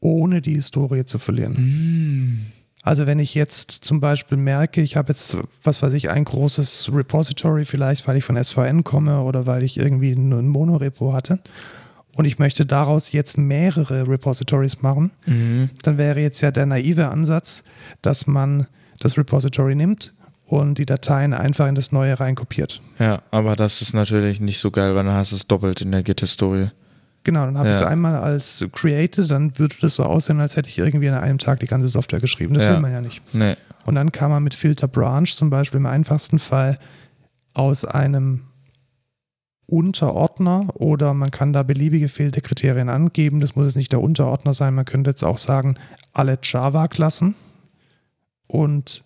[SPEAKER 1] ohne die Historie zu verlieren.
[SPEAKER 2] Hm.
[SPEAKER 1] Also wenn ich jetzt zum Beispiel merke, ich habe jetzt, was weiß ich, ein großes Repository, vielleicht weil ich von SVN komme oder weil ich irgendwie nur ein Monorepo hatte und ich möchte daraus jetzt mehrere Repositories machen,
[SPEAKER 2] Mhm.
[SPEAKER 1] dann wäre jetzt ja der naive Ansatz, dass man das Repository nimmt und die Dateien einfach in das neue reinkopiert.
[SPEAKER 2] Ja, aber das ist natürlich nicht so geil, weil dann hast du es doppelt in der Git-Historie.
[SPEAKER 1] Genau, dann habe ich es
[SPEAKER 2] Ja.
[SPEAKER 1] einmal als created, dann würde das so aussehen, als hätte ich irgendwie an einem Tag die ganze Software geschrieben. Das
[SPEAKER 2] Ja.
[SPEAKER 1] will man ja nicht.
[SPEAKER 2] Nee.
[SPEAKER 1] Und dann kann man mit Filter Branch zum Beispiel im einfachsten Fall aus einem Unterordner oder man kann da beliebige Filterkriterien angeben. Das muss jetzt nicht der Unterordner sein. Man könnte jetzt auch sagen, alle Java-Klassen und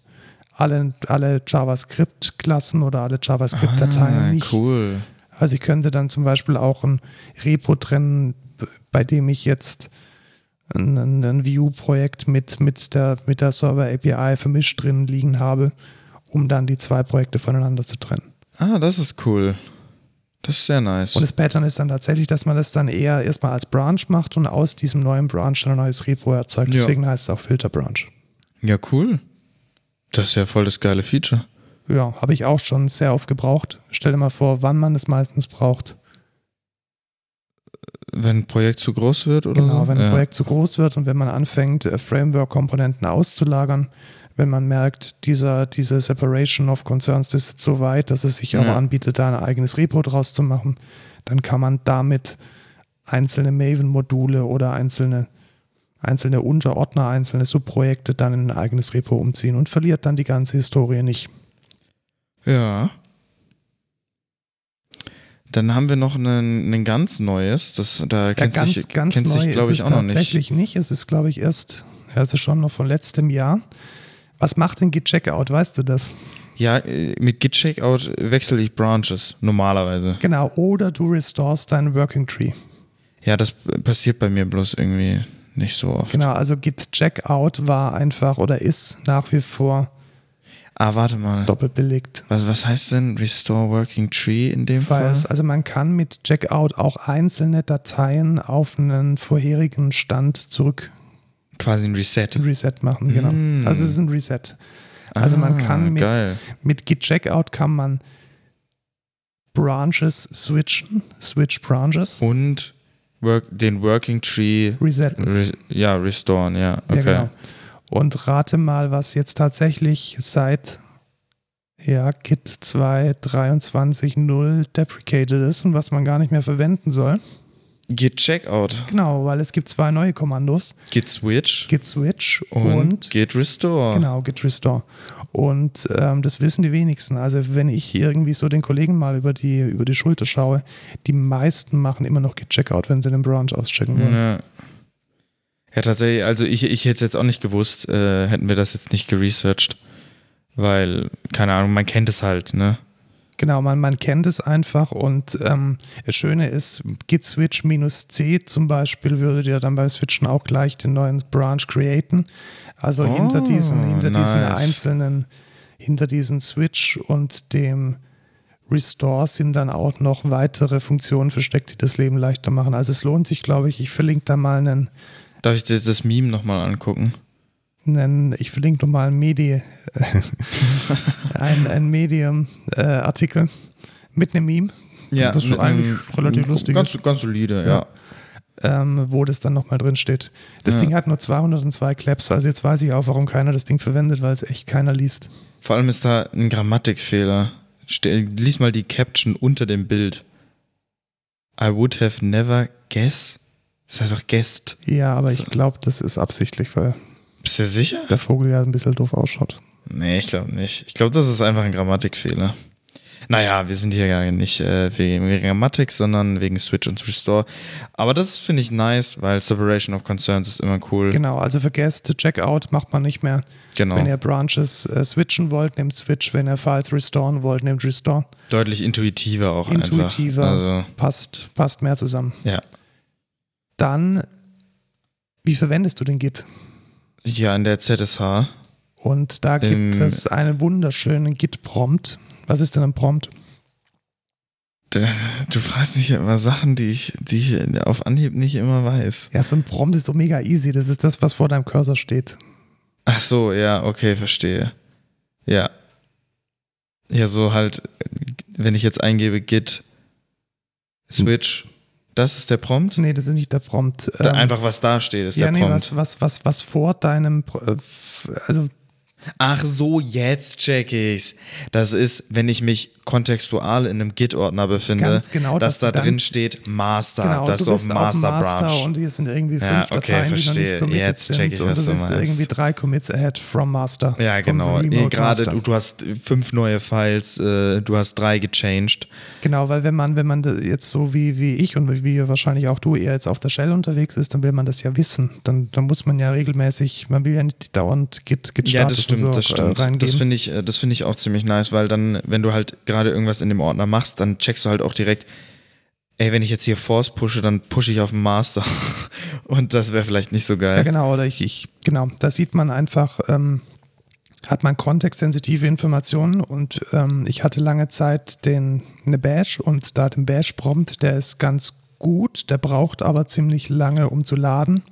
[SPEAKER 1] alle, alle JavaScript-Klassen oder alle JavaScript-Dateien
[SPEAKER 2] Ah,
[SPEAKER 1] nicht.
[SPEAKER 2] cool.
[SPEAKER 1] Also ich könnte dann zum Beispiel auch ein Repo trennen, b- bei dem ich jetzt ein, ein, ein View-Projekt mit, mit der, mit der Server-API vermischt drin liegen habe, um dann die zwei Projekte voneinander zu trennen.
[SPEAKER 2] Ah, das ist cool. Das ist sehr nice.
[SPEAKER 1] Und das Pattern ist dann tatsächlich, dass man das dann eher erstmal als Branch macht und aus diesem neuen Branch dann ein neues Repo erzeugt.
[SPEAKER 2] Ja.
[SPEAKER 1] Deswegen heißt es auch Filter-Branch.
[SPEAKER 2] ja, cool. Das ist ja voll das geile Feature.
[SPEAKER 1] Ja, habe ich auch schon sehr oft gebraucht. Stell dir mal vor, wann man es meistens braucht.
[SPEAKER 2] Wenn ein Projekt zu groß wird oder
[SPEAKER 1] Genau,
[SPEAKER 2] so?
[SPEAKER 1] wenn ein
[SPEAKER 2] Mhm. ja.
[SPEAKER 1] Projekt zu groß wird und wenn man anfängt, äh, Framework-Komponenten auszulagern, wenn man merkt, dieser, diese Separation of Concerns das ist so weit, dass es sich
[SPEAKER 2] Ja.
[SPEAKER 1] aber anbietet, da ein eigenes Repo draus zu machen, dann kann man damit einzelne Maven-Module oder einzelne, einzelne Unterordner, einzelne Subprojekte dann in ein eigenes Repo umziehen und verliert dann die ganze Historie nicht.
[SPEAKER 2] Ja. Dann haben wir noch ein, ein ganz neues. Das, da kennt
[SPEAKER 1] ja, ganz,
[SPEAKER 2] sich,
[SPEAKER 1] ganz
[SPEAKER 2] kennt
[SPEAKER 1] neu
[SPEAKER 2] sich glaube
[SPEAKER 1] ist
[SPEAKER 2] ich,
[SPEAKER 1] es
[SPEAKER 2] auch noch nicht.
[SPEAKER 1] tatsächlich nicht. Es ist, glaube ich, erst, ja, es ist schon noch von letztem Jahr. Was macht denn Git Checkout? Weißt du das?
[SPEAKER 2] Ja, äh, mit Git Checkout wechsle ich Branches normalerweise.
[SPEAKER 1] Genau, oder du restorest deinen Working Tree.
[SPEAKER 2] Ja, das p- passiert bei mir bloß irgendwie nicht so oft.
[SPEAKER 1] Genau, also Git Checkout war einfach oder ist nach wie vor
[SPEAKER 2] Ah, warte mal.
[SPEAKER 1] doppelt belegt.
[SPEAKER 2] Was, was heißt denn Restore Working Tree in dem
[SPEAKER 1] Falls,
[SPEAKER 2] Fall?
[SPEAKER 1] also man kann mit Checkout auch einzelne Dateien auf einen vorherigen Stand zurück
[SPEAKER 2] Quasi ein Reset.
[SPEAKER 1] ein Reset machen. Genau.
[SPEAKER 2] Mm.
[SPEAKER 1] Also es ist ein Reset. Also man
[SPEAKER 2] Ah,
[SPEAKER 1] kann mit,
[SPEAKER 2] Geil.
[SPEAKER 1] mit Git Checkout kann man Branches switchen, Switch Branches,
[SPEAKER 2] Und work, den Working Tree
[SPEAKER 1] resetten.
[SPEAKER 2] re, ja, restoren, ja. Okay.
[SPEAKER 1] Ja, genau. Und rate mal, was jetzt tatsächlich seit ja, Git 2.23.0 deprecated ist und was man gar nicht mehr verwenden soll.
[SPEAKER 2] Git Checkout,
[SPEAKER 1] Genau, weil es gibt zwei neue Kommandos,
[SPEAKER 2] Git Switch
[SPEAKER 1] Git Switch und,
[SPEAKER 2] und, Git Restore.
[SPEAKER 1] genau, Git Restore. Und ähm, das wissen die wenigsten. Also wenn ich irgendwie so den Kollegen mal über die, über die Schulter schaue, die meisten machen immer noch Git Checkout, wenn sie den Branch auschecken wollen.
[SPEAKER 2] Ja. ja, tatsächlich, also ich, ich hätte es jetzt auch nicht gewusst, äh, hätten wir das jetzt nicht geresearched. Weil, keine Ahnung, man kennt es halt, ne?
[SPEAKER 1] Genau, man, man kennt es einfach und ähm, das Schöne ist, git switch minus c zum Beispiel würde ja dann beim Switchen auch gleich den neuen Branch createn. Also
[SPEAKER 2] Oh,
[SPEAKER 1] hinter diesen, hinter diesen
[SPEAKER 2] nice.
[SPEAKER 1] einzelnen, hinter diesen Switch und dem Restore sind dann auch noch weitere Funktionen versteckt, die das Leben leichter machen. Also es lohnt sich, glaube ich. Ich verlinke da mal einen,
[SPEAKER 2] Darf ich dir das Meme nochmal angucken?
[SPEAKER 1] einen ich verlinke noch mal einen Medi, äh, ein, ein Medium-Artikel mit einem Meme. das ist
[SPEAKER 2] mit
[SPEAKER 1] eigentlich
[SPEAKER 2] einem-
[SPEAKER 1] relativ lustig.
[SPEAKER 2] Ganz, ganz solide, ja.
[SPEAKER 1] ähm, wo das dann nochmal drin steht. Das
[SPEAKER 2] Ja.
[SPEAKER 1] Ding hat nur 202 Claps, also jetzt weiß ich auch, warum keiner das Ding verwendet, weil es echt keiner liest.
[SPEAKER 2] Vor allem ist da ein Grammatikfehler. Stell, lies mal die Caption unter dem Bild. I would have never guessed. Das heißt auch guessed.
[SPEAKER 1] Ja, aber
[SPEAKER 2] So.
[SPEAKER 1] ich glaube, das ist absichtlich, weil
[SPEAKER 2] Bist du sicher?
[SPEAKER 1] der Vogel ja ein bisschen doof ausschaut.
[SPEAKER 2] Nee, ich glaube nicht. Ich glaube, das ist einfach ein Grammatikfehler. Naja, wir sind hier gar nicht äh, wegen Grammatik, sondern wegen Switch und Restore. Aber das finde ich nice, weil Separation of Concerns ist immer cool.
[SPEAKER 1] Genau, also vergesst, Checkout macht man nicht mehr.
[SPEAKER 2] Genau.
[SPEAKER 1] Wenn ihr Branches äh, switchen wollt, nehmt Switch. Wenn ihr Files restoren wollt, nehmt Restore.
[SPEAKER 2] Deutlich intuitiver auch
[SPEAKER 1] Intuitiver.
[SPEAKER 2] einfach. Also,
[SPEAKER 1] Passt, passt mehr zusammen.
[SPEAKER 2] ja.
[SPEAKER 1] Dann, wie verwendest du den Git?
[SPEAKER 2] Ja, in der ZSH.
[SPEAKER 1] Und da gibt
[SPEAKER 2] Ähm.
[SPEAKER 1] es einen wunderschönen Git-Prompt. Was ist denn ein Prompt?
[SPEAKER 2] Du fragst mich ja immer Sachen, die ich, die ich auf Anhieb nicht immer weiß.
[SPEAKER 1] Ja, so ein Prompt ist doch mega easy. Das ist das, was vor deinem Cursor steht.
[SPEAKER 2] Ach so, ja, okay, verstehe. Ja. Ja, so halt, wenn ich jetzt eingebe Git Switch, das ist der Prompt.
[SPEAKER 1] Nee, das ist nicht der Prompt.
[SPEAKER 2] Da
[SPEAKER 1] Ähm,
[SPEAKER 2] einfach was da steht, ist
[SPEAKER 1] ja,
[SPEAKER 2] der
[SPEAKER 1] nee,
[SPEAKER 2] Prompt.
[SPEAKER 1] was, was, was, was vor deinem. Pro- äh, f- Also,
[SPEAKER 2] Ach so, jetzt check ich's. Das ist, wenn ich mich kontextual in einem Git-Ordner befinde,
[SPEAKER 1] Ganz genau, dass
[SPEAKER 2] dass da
[SPEAKER 1] du dann-
[SPEAKER 2] drin steht Master,
[SPEAKER 1] genau,
[SPEAKER 2] dass du auf
[SPEAKER 1] bist
[SPEAKER 2] Master Branch.
[SPEAKER 1] und hier sind irgendwie fünf
[SPEAKER 2] Ja, okay,
[SPEAKER 1] Dateien, die noch
[SPEAKER 2] verstehe.
[SPEAKER 1] nicht committed
[SPEAKER 2] Jetzt
[SPEAKER 1] sind.
[SPEAKER 2] check ich,
[SPEAKER 1] und
[SPEAKER 2] was
[SPEAKER 1] du
[SPEAKER 2] du
[SPEAKER 1] bist
[SPEAKER 2] meinst.
[SPEAKER 1] irgendwie drei Commits ahead from Master.
[SPEAKER 2] Ja,
[SPEAKER 1] Vom
[SPEAKER 2] genau.
[SPEAKER 1] Remote
[SPEAKER 2] Eh, Gerade
[SPEAKER 1] Master.
[SPEAKER 2] du, du hast fünf neue Files, äh, du hast drei gechanged.
[SPEAKER 1] Genau, weil wenn man, wenn man da jetzt so wie, wie ich und wie wahrscheinlich auch du eher jetzt auf der Shell unterwegs ist, dann will man das ja wissen. Dann, dann muss man ja regelmäßig, man will ja nicht dauernd Git, Git
[SPEAKER 2] Ja, das stimmt,
[SPEAKER 1] und so
[SPEAKER 2] das
[SPEAKER 1] äh,
[SPEAKER 2] stimmt.
[SPEAKER 1] reingehen.
[SPEAKER 2] Das finde ich, äh, das finde ich auch ziemlich nice, weil dann, wenn du halt gerade irgendwas in dem Ordner machst, dann checkst du halt auch direkt, ey, wenn ich jetzt hier Force pushe, dann pushe ich auf den Master. Und das wäre vielleicht nicht so
[SPEAKER 1] Ja,
[SPEAKER 2] geil.
[SPEAKER 1] genau, oder ich, ich genau, da sieht man einfach, ähm, hat man kontextsensitive Informationen und ähm, ich hatte lange Zeit den, eine Bash und da den Bash-Prompt, der ist ganz gut, der braucht aber ziemlich lange, um zu laden.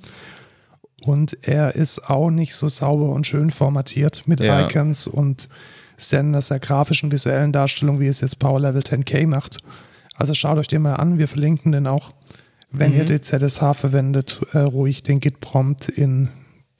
[SPEAKER 1] Und er ist auch nicht so sauber und schön formatiert mit
[SPEAKER 2] Ja.
[SPEAKER 1] Icons und Senders der grafischen, visuellen Darstellung, wie es jetzt Power Level 10K macht. Also schaut euch den mal an, wir verlinken den auch. Wenn
[SPEAKER 2] Mhm.
[SPEAKER 1] ihr die ZSH verwendet, äh, ruhig den Git-Prompt in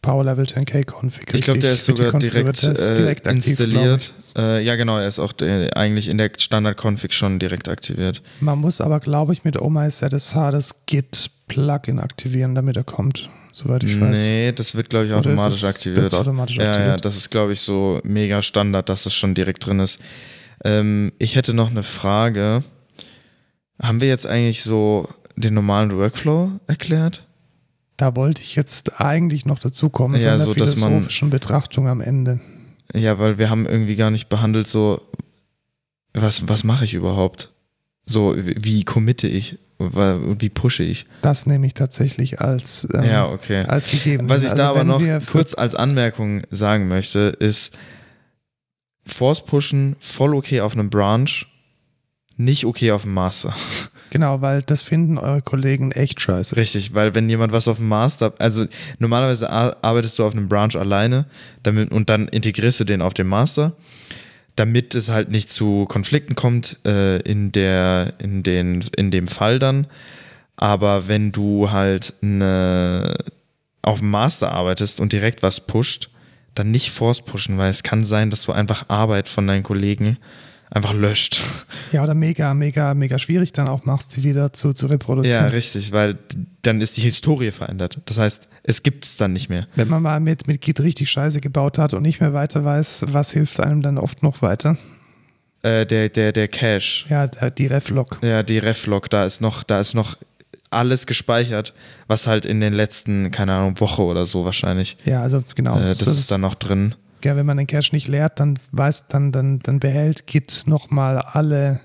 [SPEAKER 1] Power Level 10K Config.
[SPEAKER 2] ich glaube, der ist
[SPEAKER 1] richtig- richtig
[SPEAKER 2] sogar
[SPEAKER 1] konfiguriert.
[SPEAKER 2] direkt,
[SPEAKER 1] Der ist
[SPEAKER 2] äh,
[SPEAKER 1] direkt aktiv, glaub ich.
[SPEAKER 2] installiert. Äh, ja, genau, er ist auch äh, eigentlich in der Standard-Config schon direkt aktiviert.
[SPEAKER 1] Man muss aber, glaube ich, mit OMyZSH das Git-Plugin aktivieren, damit er kommt, soweit ich weiß.
[SPEAKER 2] Nee, das wird, glaube ich,
[SPEAKER 1] Oder ist
[SPEAKER 2] automatisch
[SPEAKER 1] es-
[SPEAKER 2] aktiviert.
[SPEAKER 1] wird's automatisch
[SPEAKER 2] ja, ja,
[SPEAKER 1] aktiviert?
[SPEAKER 2] das ist, glaube ich, so mega Standard, dass es schon direkt drin ist. Ähm, ich hätte noch eine Frage. Haben wir jetzt eigentlich so den normalen Workflow erklärt?
[SPEAKER 1] Da wollte ich jetzt eigentlich noch dazukommen,
[SPEAKER 2] Ja,
[SPEAKER 1] zu einer
[SPEAKER 2] so, dass man-
[SPEAKER 1] philosophischen Betrachtung am Ende.
[SPEAKER 2] Ja, weil wir haben irgendwie gar nicht behandelt, so, was, was mache ich überhaupt? So, wie committe ich? Wa- Wie pushe ich?
[SPEAKER 1] Das nehme ich tatsächlich als, ähm,
[SPEAKER 2] ja, okay.
[SPEAKER 1] als gegeben.
[SPEAKER 2] Was ich da
[SPEAKER 1] Also
[SPEAKER 2] aber
[SPEAKER 1] wenn
[SPEAKER 2] noch
[SPEAKER 1] wir für-
[SPEAKER 2] kurz als Anmerkung sagen möchte, ist Force pushen voll okay auf einem Branch, nicht okay auf dem Master.
[SPEAKER 1] Genau, weil das finden eure Kollegen echt scheiße.
[SPEAKER 2] Richtig, weil wenn jemand was auf dem Master, also normalerweise ar- arbeitest du auf einem Branch alleine damit, und dann integrierst du den auf dem Master, damit es halt nicht zu Konflikten kommt äh, in, der, in, den, in dem Fall dann. Aber wenn du halt eine, auf dem Master arbeitest und direkt was pusht, dann nicht force pushen, weil es kann sein, dass du einfach Arbeit von deinen Kollegen einfach löscht.
[SPEAKER 1] Ja, oder mega, mega, mega schwierig dann auch machst, die wieder zu, zu
[SPEAKER 2] Ja,
[SPEAKER 1] reproduzieren.
[SPEAKER 2] richtig, weil d- dann ist die Historie verändert. Das heißt, es gibt es dann nicht mehr.
[SPEAKER 1] Wenn man mal mit, mit Git richtig Scheiße gebaut hat und nicht mehr weiter weiß, was hilft einem dann oft noch weiter?
[SPEAKER 2] Äh, der, der, der Cache,
[SPEAKER 1] Ja, da- die Reflog.
[SPEAKER 2] ja, die Reflog, da ist noch, da ist noch alles gespeichert, was halt in den letzten, keine Ahnung, Woche oder so wahrscheinlich.
[SPEAKER 1] Ja, also genau.
[SPEAKER 2] Äh, das
[SPEAKER 1] So
[SPEAKER 2] ist dann noch drin.
[SPEAKER 1] Ja, wenn man den Cache nicht leert, dann weiß, dann, dann, dann behält Git nochmal alle,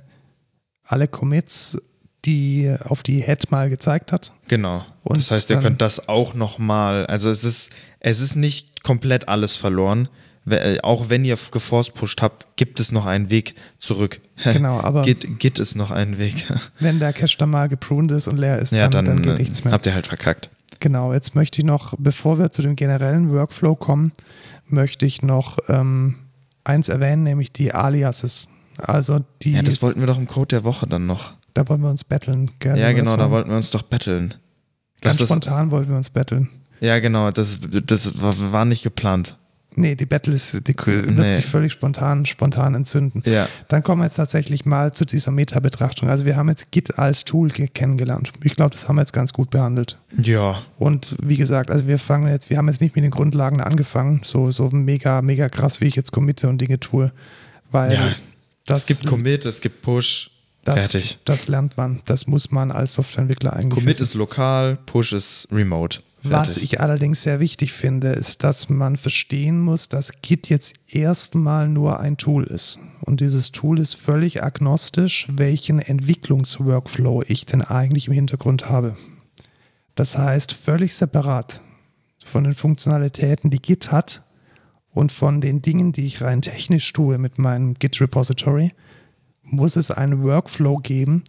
[SPEAKER 1] alle Commits, die auf die Head mal gezeigt hat.
[SPEAKER 2] Genau.
[SPEAKER 1] Und
[SPEAKER 2] das heißt, ihr
[SPEAKER 1] dann-
[SPEAKER 2] könnt das auch nochmal, also es ist, es ist nicht komplett alles verloren. We- äh, Auch wenn ihr geforce pushed habt, gibt es noch einen Weg zurück.
[SPEAKER 1] Genau, aber-
[SPEAKER 2] Git, Git ist noch einen Weg.
[SPEAKER 1] Wenn der Cache dann mal gepruned ist und leer ist,
[SPEAKER 2] ja,
[SPEAKER 1] dann,
[SPEAKER 2] dann,
[SPEAKER 1] dann geht
[SPEAKER 2] äh,
[SPEAKER 1] nichts mehr.
[SPEAKER 2] habt ihr halt verkackt.
[SPEAKER 1] Genau, jetzt möchte ich noch, bevor wir zu dem generellen Workflow kommen, möchte ich noch ähm, eins erwähnen, nämlich die Aliases. Also die,
[SPEAKER 2] Ja, das wollten wir doch im Code der Woche dann noch.
[SPEAKER 1] da wollen wir uns betteln. Gell?
[SPEAKER 2] Ja,
[SPEAKER 1] Wenn wir
[SPEAKER 2] genau,
[SPEAKER 1] das
[SPEAKER 2] da
[SPEAKER 1] machen.
[SPEAKER 2] wollten wir uns doch betteln.
[SPEAKER 1] Ganz
[SPEAKER 2] das ist,
[SPEAKER 1] spontan wollten wir uns betteln.
[SPEAKER 2] ja, genau, das, das war war nicht geplant.
[SPEAKER 1] Nee, die Battle ist, die wird
[SPEAKER 2] Nee.
[SPEAKER 1] sich völlig spontan, spontan entzünden.
[SPEAKER 2] Ja.
[SPEAKER 1] Dann kommen wir jetzt tatsächlich mal zu dieser Meta-Betrachtung. Also wir haben jetzt Git als Tool ge- kennengelernt. Ich glaube, das haben wir jetzt ganz gut behandelt.
[SPEAKER 2] Ja,
[SPEAKER 1] Und wie gesagt, also wir fangen jetzt, wir haben jetzt nicht mit den Grundlagen angefangen, so, so mega, mega krass, wie ich jetzt committe und Dinge tue. Weil
[SPEAKER 2] Ja,
[SPEAKER 1] das,
[SPEAKER 2] es gibt Commit, es gibt Push.
[SPEAKER 1] das,
[SPEAKER 2] Fertig.
[SPEAKER 1] das lernt man. Das muss man als Softwareentwickler eigentlich.
[SPEAKER 2] Commit
[SPEAKER 1] wissen.
[SPEAKER 2] ist lokal, Push ist remote.
[SPEAKER 1] Was
[SPEAKER 2] Fertig.
[SPEAKER 1] ich allerdings sehr wichtig finde, ist, dass man verstehen muss, dass Git jetzt erstmal nur ein Tool ist. Und dieses Tool ist völlig agnostisch, welchen Entwicklungsworkflow ich denn eigentlich im Hintergrund habe. Das heißt, völlig separat von den Funktionalitäten, die Git hat und von den Dingen, die ich rein technisch tue mit meinem Git-Repository, muss es einen Workflow geben,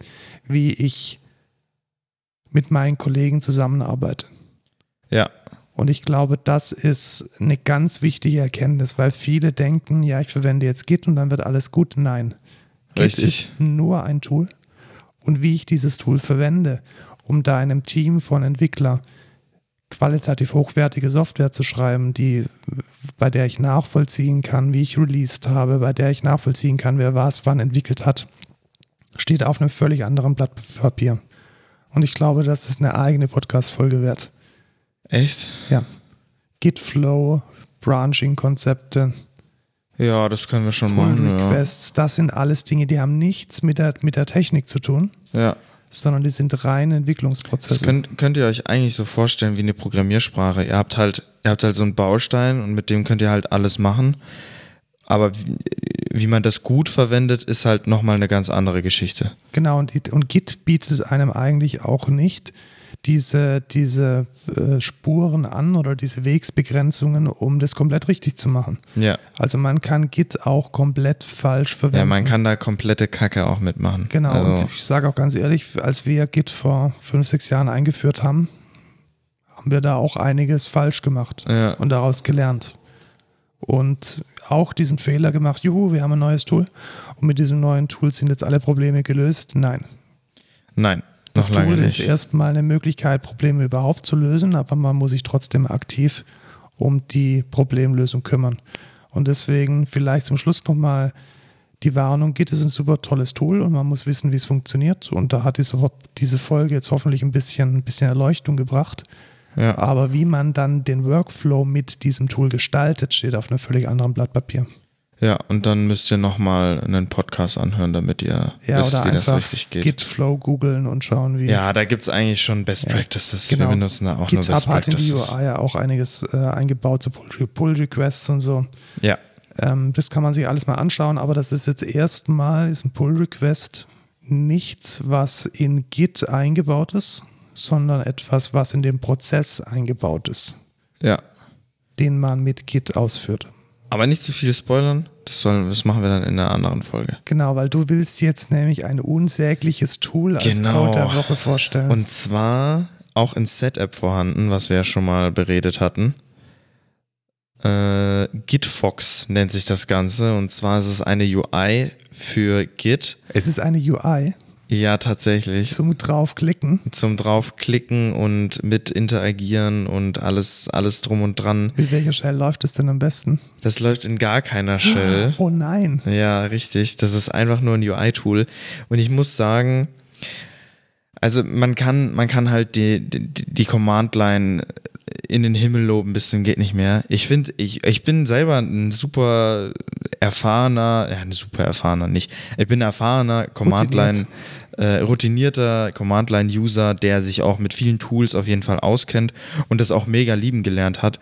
[SPEAKER 1] wie ich mit meinen Kollegen zusammenarbeite.
[SPEAKER 2] ja.
[SPEAKER 1] Und ich glaube, das ist eine ganz wichtige Erkenntnis, weil viele denken, ja, ich verwende jetzt Git und dann wird alles gut. Nein. Git
[SPEAKER 2] Richtig.
[SPEAKER 1] ist nur ein Tool. Und wie ich dieses Tool verwende, um da einem Team von Entwicklern qualitativ hochwertige Software zu schreiben, die, bei der ich nachvollziehen kann, wie ich released habe, bei der ich nachvollziehen kann, wer was wann entwickelt hat, steht auf einem völlig anderen Blatt Papier. Und ich glaube, das ist eine eigene Podcast-Folge wert.
[SPEAKER 2] Echt?
[SPEAKER 1] Ja. Gitflow, Branching-Konzepte,
[SPEAKER 2] Ja, das können wir schon machen. Ja.
[SPEAKER 1] Pull-Requests, das sind alles Dinge, die haben nichts mit der, mit der Technik zu tun,
[SPEAKER 2] ja.
[SPEAKER 1] sondern die sind rein
[SPEAKER 2] Das
[SPEAKER 1] Entwicklungsprozesse.
[SPEAKER 2] könnt, könnt ihr euch eigentlich so vorstellen wie eine Programmiersprache. Ihr habt halt, ihr habt halt so einen Baustein und mit dem könnt ihr halt alles machen. Aber wie, wie man das gut verwendet, ist halt nochmal eine ganz andere Geschichte.
[SPEAKER 1] Genau, und, die, und Git bietet einem eigentlich auch nicht diese, diese äh, Spuren an oder diese Wegsbegrenzungen, um das komplett richtig zu machen.
[SPEAKER 2] Ja.
[SPEAKER 1] Also man kann Git auch komplett falsch verwenden.
[SPEAKER 2] Ja, man kann da komplette Kacke auch mitmachen.
[SPEAKER 1] Genau,
[SPEAKER 2] Also,
[SPEAKER 1] und ich sage auch ganz ehrlich, als wir Git vor fünf, sechs Jahren eingeführt haben, haben wir da auch einiges falsch gemacht
[SPEAKER 2] Ja.
[SPEAKER 1] und daraus gelernt. Und auch diesen Fehler gemacht, juhu, wir haben ein neues Tool und mit diesem neuen Tool sind jetzt alle Probleme gelöst. Nein,
[SPEAKER 2] nein,
[SPEAKER 1] das
[SPEAKER 2] noch lange
[SPEAKER 1] Tool ist
[SPEAKER 2] nicht.
[SPEAKER 1] erstmal eine Möglichkeit, Probleme überhaupt zu lösen, aber man muss sich trotzdem aktiv um die Problemlösung kümmern. Und deswegen vielleicht zum Schluss nochmal die Warnung, Git ist ein super tolles Tool und man muss wissen, wie es funktioniert. Und da hat diese, diese Folge jetzt hoffentlich ein bisschen, ein bisschen Erleuchtung gebracht.
[SPEAKER 2] Ja.
[SPEAKER 1] Aber wie man dann den Workflow mit diesem Tool gestaltet, steht auf einem völlig anderen Blatt Papier.
[SPEAKER 2] ja, und dann müsst ihr nochmal einen Podcast anhören, damit ihr
[SPEAKER 1] Ja,
[SPEAKER 2] wisst,
[SPEAKER 1] oder
[SPEAKER 2] wie das
[SPEAKER 1] einfach
[SPEAKER 2] richtig geht.
[SPEAKER 1] Git-Flow googeln und schauen, wie,
[SPEAKER 2] Ja, da gibt es eigentlich schon Best Practices.
[SPEAKER 1] Genau.
[SPEAKER 2] Wir benutzen da auch nur
[SPEAKER 1] GitHub
[SPEAKER 2] Best
[SPEAKER 1] hat in die
[SPEAKER 2] Practices.
[SPEAKER 1] UI ja auch einiges äh, eingebaut, so Pull- Pull-Requests und so.
[SPEAKER 2] Ja,
[SPEAKER 1] Ähm, das kann man sich alles mal anschauen, aber das ist jetzt erstmal, ist ein Pull-Request nichts, was in Git eingebaut ist, sondern etwas, was in dem Prozess eingebaut ist,
[SPEAKER 2] ja.
[SPEAKER 1] den man mit Git ausführt.
[SPEAKER 2] Aber nicht zu viel spoilern. Das, sollen, das machen wir dann in einer anderen Folge.
[SPEAKER 1] Genau, weil du willst jetzt nämlich ein unsägliches Tool als
[SPEAKER 2] Genau.
[SPEAKER 1] Code der Woche vorstellen.
[SPEAKER 2] Und zwar auch in Setup vorhanden, was wir ja schon mal beredet hatten. Äh, GitFox nennt sich das Ganze. Und zwar ist es eine UI für Git.
[SPEAKER 1] es ist eine UI
[SPEAKER 2] Ja, tatsächlich.
[SPEAKER 1] zum draufklicken
[SPEAKER 2] zum draufklicken und mit interagieren und alles, alles drum und dran.
[SPEAKER 1] Mit welcher Shell läuft es denn am besten?
[SPEAKER 2] Das läuft in gar keiner Shell.
[SPEAKER 1] Oh nein.
[SPEAKER 2] Ja, richtig. Das ist einfach nur ein UI-Tool. Und ich muss sagen, also man kann, man kann halt die, die, die Command-Line in den Himmel loben bis zum geht nicht mehr. Ich finde, ich, ich bin selber ein super erfahrener, ja, ein super erfahrener nicht. Ich bin ein erfahrener Command-Line, äh, routinierter Command-Line-User, der sich auch mit vielen Tools auf jeden Fall auskennt und das auch mega lieben gelernt hat.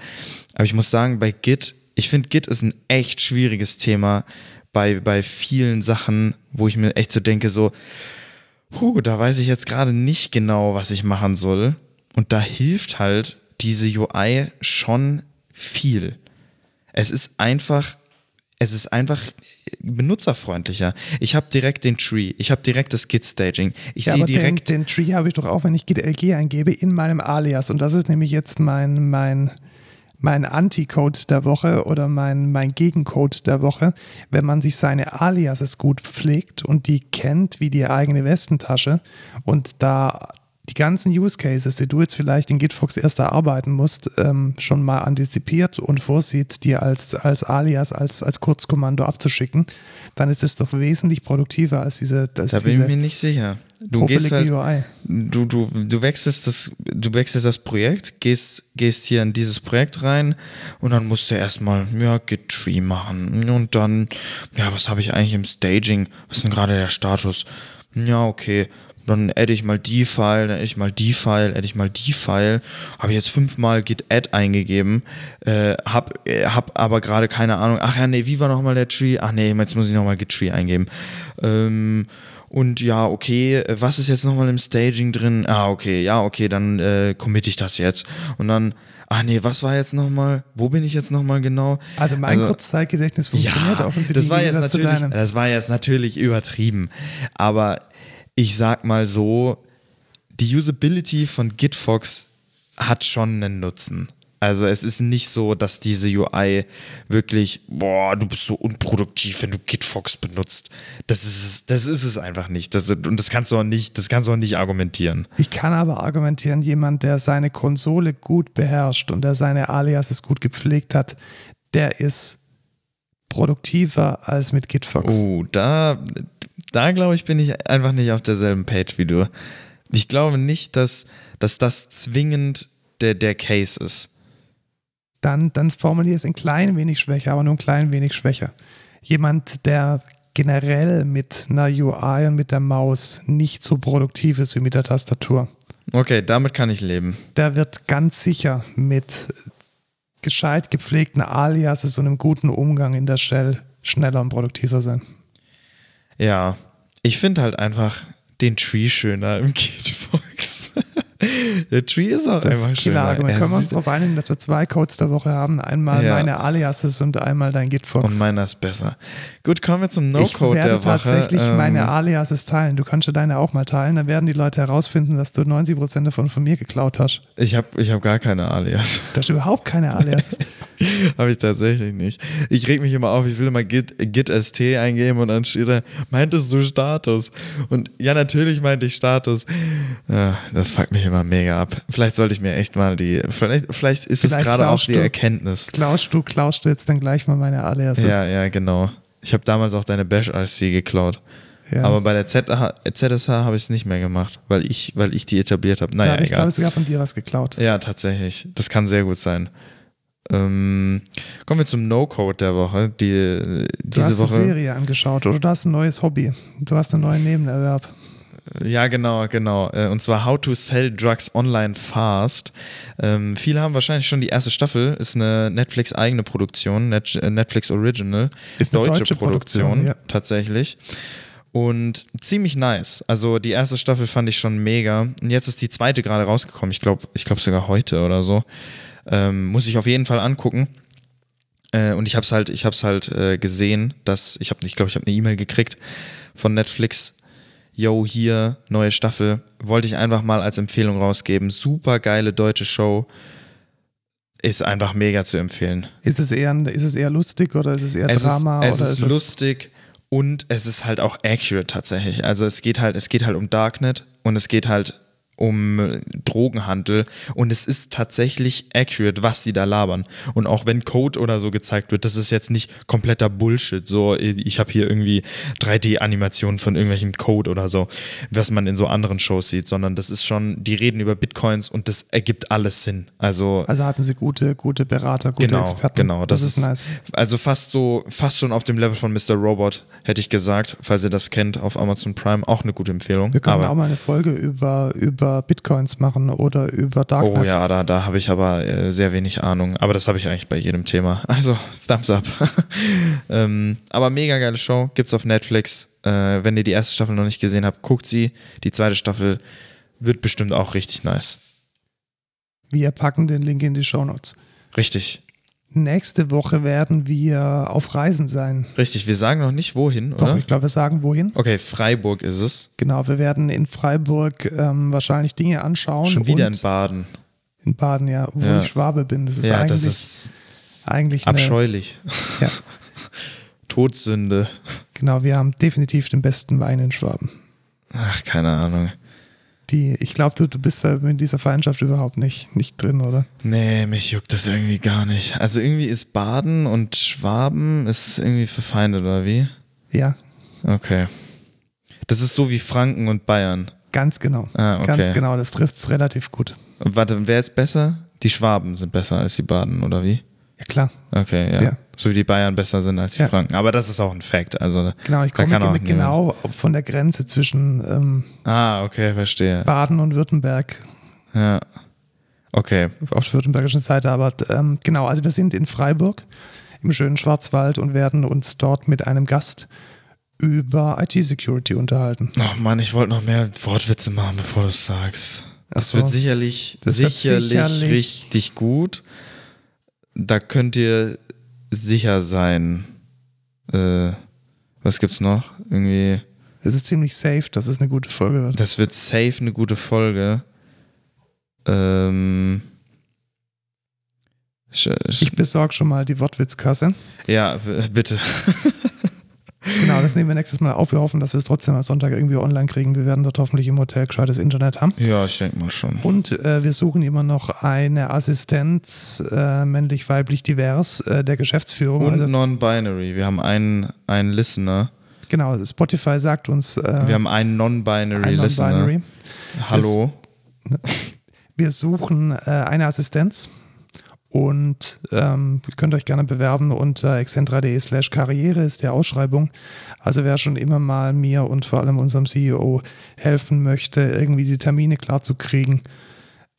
[SPEAKER 2] Aber ich muss sagen, bei Git ich finde, Git ist ein echt schwieriges Thema bei, bei vielen Sachen, wo ich mir echt so denke, so, puh, da weiß ich jetzt gerade nicht genau, was ich machen soll. Und da hilft halt diese UI schon viel. Es ist einfach, es ist einfach benutzerfreundlicher. Ich habe direkt den Tree, ich habe direkt das Git-Staging. Ich
[SPEAKER 1] ja,
[SPEAKER 2] sehe
[SPEAKER 1] aber
[SPEAKER 2] direkt.
[SPEAKER 1] den, den Tree habe ich doch auch, wenn ich GitLG eingebe, in meinem Alias. Und das ist nämlich jetzt mein, mein, mein Anti-Code der Woche oder mein, mein Gegencode der Woche. Wenn man sich seine Aliases gut pflegt und die kennt wie die eigene Westentasche und da die ganzen Use Cases, die du jetzt vielleicht in Gitfox erst erarbeiten musst, ähm, schon mal antizipiert und vorsieht, dir als, als Alias, als, als Kurzkommando abzuschicken, dann ist es doch wesentlich produktiver als diese. Als
[SPEAKER 2] Da bin
[SPEAKER 1] diese
[SPEAKER 2] ich mir nicht sicher. Du
[SPEAKER 1] popelige
[SPEAKER 2] gehst halt,
[SPEAKER 1] UI.
[SPEAKER 2] du, du, du wechselst das, du wechselst das Projekt, gehst, gehst hier in dieses Projekt rein und dann musst du erstmal, ja, Git Tree machen. Und dann, ja, was habe ich eigentlich im Staging? Was ist denn gerade der Status? Ja, okay. Dann adde ich mal die File, dann adde ich mal die File, adde ich mal die File. Habe ich jetzt fünfmal Git Add eingegeben, äh, hab, äh, hab aber gerade keine Ahnung. Ach ja, nee, wie war nochmal der Tree? Ach nee, jetzt muss ich nochmal Git Tree eingeben. Ähm, und ja, okay, äh, was ist jetzt nochmal im Staging drin? Ah, okay, ja, okay, dann äh, committe ich das jetzt. Und dann, ah nee, was war jetzt nochmal? Wo bin ich jetzt nochmal genau?
[SPEAKER 1] Also mein Kurzzeitgedächtnis funktioniert
[SPEAKER 2] ja,
[SPEAKER 1] offensichtlich
[SPEAKER 2] das war
[SPEAKER 1] im
[SPEAKER 2] jetzt
[SPEAKER 1] Gegensatz zu
[SPEAKER 2] natürlich,
[SPEAKER 1] deinem.
[SPEAKER 2] das war jetzt natürlich übertrieben. Aber ich sag mal so, die Usability von Gitfox hat schon einen Nutzen. Also es ist nicht so, dass diese UI wirklich, boah, du bist so unproduktiv, wenn du Gitfox benutzt. Das ist es, das ist es einfach nicht. Das, und das kannst du auch nicht, das kannst du auch nicht argumentieren.
[SPEAKER 1] Ich kann aber argumentieren, jemand, der seine Konsole gut beherrscht und der seine Aliases gut gepflegt hat, der ist produktiver als mit Gitfox.
[SPEAKER 2] Oh, da, da glaube ich, bin ich einfach nicht auf derselben Page wie du. Ich glaube nicht, dass, dass das zwingend der, der Case ist.
[SPEAKER 1] Dann, dann formuliere es ein klein wenig schwächer, aber nur ein klein wenig schwächer. Jemand, der generell mit einer UI und mit der Maus nicht so produktiv ist wie mit der Tastatur,
[SPEAKER 2] Okay, damit kann ich leben.
[SPEAKER 1] der wird ganz sicher mit gescheit gepflegten Aliases und einem guten Umgang in der Shell schneller und produktiver sein.
[SPEAKER 2] Ja, ich finde halt einfach den Tree schöner im Kitbox. der Tree ist auch
[SPEAKER 1] Das ist
[SPEAKER 2] einfach
[SPEAKER 1] ein
[SPEAKER 2] schöner.
[SPEAKER 1] Killer-Argument.
[SPEAKER 2] Er
[SPEAKER 1] Können wir uns
[SPEAKER 2] sieht-
[SPEAKER 1] darauf einigen, dass wir zwei Codes der Woche haben? Einmal
[SPEAKER 2] Ja.
[SPEAKER 1] meine Aliases und einmal dein Gitfox.
[SPEAKER 2] und meiner ist besser. Gut, kommen wir zum
[SPEAKER 1] ich
[SPEAKER 2] No-Code
[SPEAKER 1] werde
[SPEAKER 2] der Woche.
[SPEAKER 1] tatsächlich
[SPEAKER 2] Ähm,
[SPEAKER 1] meine Aliases teilen. Du kannst ja deine auch mal teilen. Dann werden die Leute herausfinden, dass du 90% davon von mir geklaut hast.
[SPEAKER 2] ich habe ich hab gar keine Alias.
[SPEAKER 1] Du hast überhaupt keine Aliases.
[SPEAKER 2] Habe ich tatsächlich nicht. Ich reg mich immer auf, ich will immer Git, Git ST eingeben und dann steht da, meintest du Status? Und ja, natürlich meinte ich Status. Ja, das fuckt mich immer mega ab. Vielleicht sollte ich mir echt mal die, vielleicht, vielleicht ist es
[SPEAKER 1] Vielleicht
[SPEAKER 2] gerade auch
[SPEAKER 1] lauschst
[SPEAKER 2] die
[SPEAKER 1] du.
[SPEAKER 2] Erkenntnis.
[SPEAKER 1] klaust du, klaust du jetzt dann gleich mal meine Aliases.
[SPEAKER 2] Ja, ja, genau. Ich habe damals auch deine Bash RC geklaut.
[SPEAKER 1] Ja.
[SPEAKER 2] Aber bei der ZH, ZSH habe ich es nicht mehr gemacht, weil ich, weil ich die etabliert habe.
[SPEAKER 1] da
[SPEAKER 2] Naja,
[SPEAKER 1] habe ich, glaube
[SPEAKER 2] egal.
[SPEAKER 1] ich, sogar von dir was geklaut.
[SPEAKER 2] Ja, tatsächlich. Das kann sehr gut sein. Ähm, kommen wir zum No-Code der Woche. Die, äh,
[SPEAKER 1] Du
[SPEAKER 2] diese
[SPEAKER 1] hast eine
[SPEAKER 2] Woche.
[SPEAKER 1] Serie angeschaut oder du hast ein neues Hobby. Du hast einen neuen Nebenerwerb.
[SPEAKER 2] Ja, genau, genau. Äh, Und zwar How to Sell Drugs Online Fast. Ähm, viele haben wahrscheinlich schon die erste Staffel. Ist eine Netflix-eigene Produktion, Net äh, Netflix Original.
[SPEAKER 1] Ist eine deutsche Produktion, ja.
[SPEAKER 2] tatsächlich. Und ziemlich nice. Also die erste Staffel fand ich schon mega. Und jetzt ist die zweite gerade rausgekommen. Ich glaube, ich glaube sogar heute oder so. Ähm, muss ich auf jeden Fall angucken. Äh, und ich habe es halt, ich hab's halt äh, gesehen, dass ich habe, ich glaube, ich habe eine E-Mail gekriegt von Netflix. Yo, hier, neue Staffel. Wollte ich einfach mal als Empfehlung rausgeben. Super geile deutsche Show. Ist einfach mega zu empfehlen.
[SPEAKER 1] Ist es eher, ein- ist es eher lustig oder ist es eher
[SPEAKER 2] Es
[SPEAKER 1] Drama?
[SPEAKER 2] ist, es
[SPEAKER 1] oder
[SPEAKER 2] ist lustig und es ist halt auch accurate tatsächlich. Also es geht halt, es geht halt um Darknet und es geht halt um äh, Drogenhandel und es ist tatsächlich accurate, was die da labern. Und auch wenn Code oder so gezeigt wird, das ist jetzt nicht kompletter Bullshit. So, ich habe hier irgendwie 3D-Animationen von irgendwelchem Code oder so, was man in so anderen Shows sieht, sondern das ist schon, die reden über Bitcoins und das ergibt alles Sinn. Also
[SPEAKER 1] Also hatten sie gute, gute Berater, gute
[SPEAKER 2] genau,
[SPEAKER 1] Experten.
[SPEAKER 2] Genau, das,
[SPEAKER 1] ist nice.
[SPEAKER 2] Also fast so, fast schon auf dem Level von Mr. Robot, hätte ich gesagt, falls ihr das kennt, auf Amazon Prime auch eine gute Empfehlung.
[SPEAKER 1] Wir können
[SPEAKER 2] aber
[SPEAKER 1] auch mal eine Folge über, über Bitcoins machen oder über Darknet.
[SPEAKER 2] Oh ja, da, da habe ich aber äh, sehr wenig Ahnung. Aber das habe ich eigentlich bei jedem Thema. Also, Thumbs up. ähm, aber mega geile Show. Gibt's auf Netflix. Äh, wenn ihr die erste Staffel noch nicht gesehen habt, guckt sie. Die zweite Staffel wird bestimmt auch richtig nice.
[SPEAKER 1] Wir packen den Link in die Shownotes.
[SPEAKER 2] Richtig.
[SPEAKER 1] Nächste Woche werden wir auf Reisen sein.
[SPEAKER 2] Richtig. Wir sagen noch nicht wohin,
[SPEAKER 1] Doch,
[SPEAKER 2] oder?
[SPEAKER 1] ich glaube, wir sagen wohin.
[SPEAKER 2] Okay, Freiburg ist es.
[SPEAKER 1] Genau, wir werden in Freiburg ähm, wahrscheinlich Dinge anschauen.
[SPEAKER 2] Schon wieder in
[SPEAKER 1] und
[SPEAKER 2] Baden.
[SPEAKER 1] in Baden, ja, wo
[SPEAKER 2] Ja.
[SPEAKER 1] ich Schwabe bin. Das ist
[SPEAKER 2] Ja,
[SPEAKER 1] eigentlich,
[SPEAKER 2] das ist
[SPEAKER 1] eigentlich eine,
[SPEAKER 2] abscheulich.
[SPEAKER 1] Ja.
[SPEAKER 2] Todsünde.
[SPEAKER 1] Genau, wir haben definitiv den besten Wein in Schwaben.
[SPEAKER 2] Ach, keine Ahnung.
[SPEAKER 1] Die, ich glaube, du, du bist da in dieser Feindschaft überhaupt nicht, nicht drin, oder?
[SPEAKER 2] Nee, mich juckt das irgendwie gar nicht. Also irgendwie ist Baden und Schwaben ist irgendwie verfeindet, oder wie?
[SPEAKER 1] Ja,
[SPEAKER 2] Okay. Das ist so wie Franken und Bayern.
[SPEAKER 1] ganz genau.
[SPEAKER 2] Ah, okay.
[SPEAKER 1] Ganz genau, das trifft es relativ gut.
[SPEAKER 2] Und warte, wer ist besser? Die Schwaben sind besser als die Baden, oder wie?
[SPEAKER 1] Ja, klar.
[SPEAKER 2] Okay, ja.
[SPEAKER 1] Ja.
[SPEAKER 2] So wie die Bayern besser sind als die
[SPEAKER 1] Ja.
[SPEAKER 2] Franken. Aber das ist auch ein Fact. Also,
[SPEAKER 1] Genau, ich
[SPEAKER 2] da
[SPEAKER 1] komme
[SPEAKER 2] kann auch
[SPEAKER 1] gen- genau von der Grenze zwischen ähm,
[SPEAKER 2] niemand- Ah, okay, verstehe.
[SPEAKER 1] Baden und Württemberg,
[SPEAKER 2] Ja. Okay.
[SPEAKER 1] auf der württembergischen Seite. Aber ähm, genau, also wir sind in Freiburg im schönen Schwarzwald und werden uns dort mit einem Gast über IT-Security unterhalten.
[SPEAKER 2] Ach Mann, ich wollte noch mehr Wortwitze machen, bevor du es sagst. Das
[SPEAKER 1] Ach so.
[SPEAKER 2] wird sicherlich,
[SPEAKER 1] Das wird
[SPEAKER 2] sicherlich,
[SPEAKER 1] sicherlich-
[SPEAKER 2] richtig gut. Da könnt ihr sicher sein. Äh, was gibt's noch? Irgendwie.
[SPEAKER 1] Es ist ziemlich safe, dass es eine gute Folge wird.
[SPEAKER 2] Das wird safe eine gute Folge. Ähm. Sch sch
[SPEAKER 1] Ich besorge schon mal die Wortwitzkasse.
[SPEAKER 2] ja, w- bitte.
[SPEAKER 1] Genau, das nehmen wir nächstes Mal auf. Wir hoffen, dass wir es trotzdem am Sonntag irgendwie online kriegen. Wir werden dort hoffentlich im Hotel gescheites Internet haben.
[SPEAKER 2] Ja, ich denke mal schon.
[SPEAKER 1] Und äh, wir suchen immer noch eine Assistenz, äh, männlich, weiblich, divers, äh, der Geschäftsführung.
[SPEAKER 2] Und
[SPEAKER 1] Also
[SPEAKER 2] Non-Binary. Wir haben einen, einen Listener.
[SPEAKER 1] genau, Spotify sagt uns äh,
[SPEAKER 2] Wir haben ne? einen Non-Binary
[SPEAKER 1] ein
[SPEAKER 2] Listener.
[SPEAKER 1] Non-Binary.
[SPEAKER 2] Hallo.
[SPEAKER 1] Wir suchen äh, eine Assistenz und ähm, ihr könnt euch gerne bewerben unter excentra.de slash karriere ist der Ausschreibung. Also wer schon immer mal mir und vor allem unserem CEO helfen möchte, irgendwie die Termine klar zu kriegen,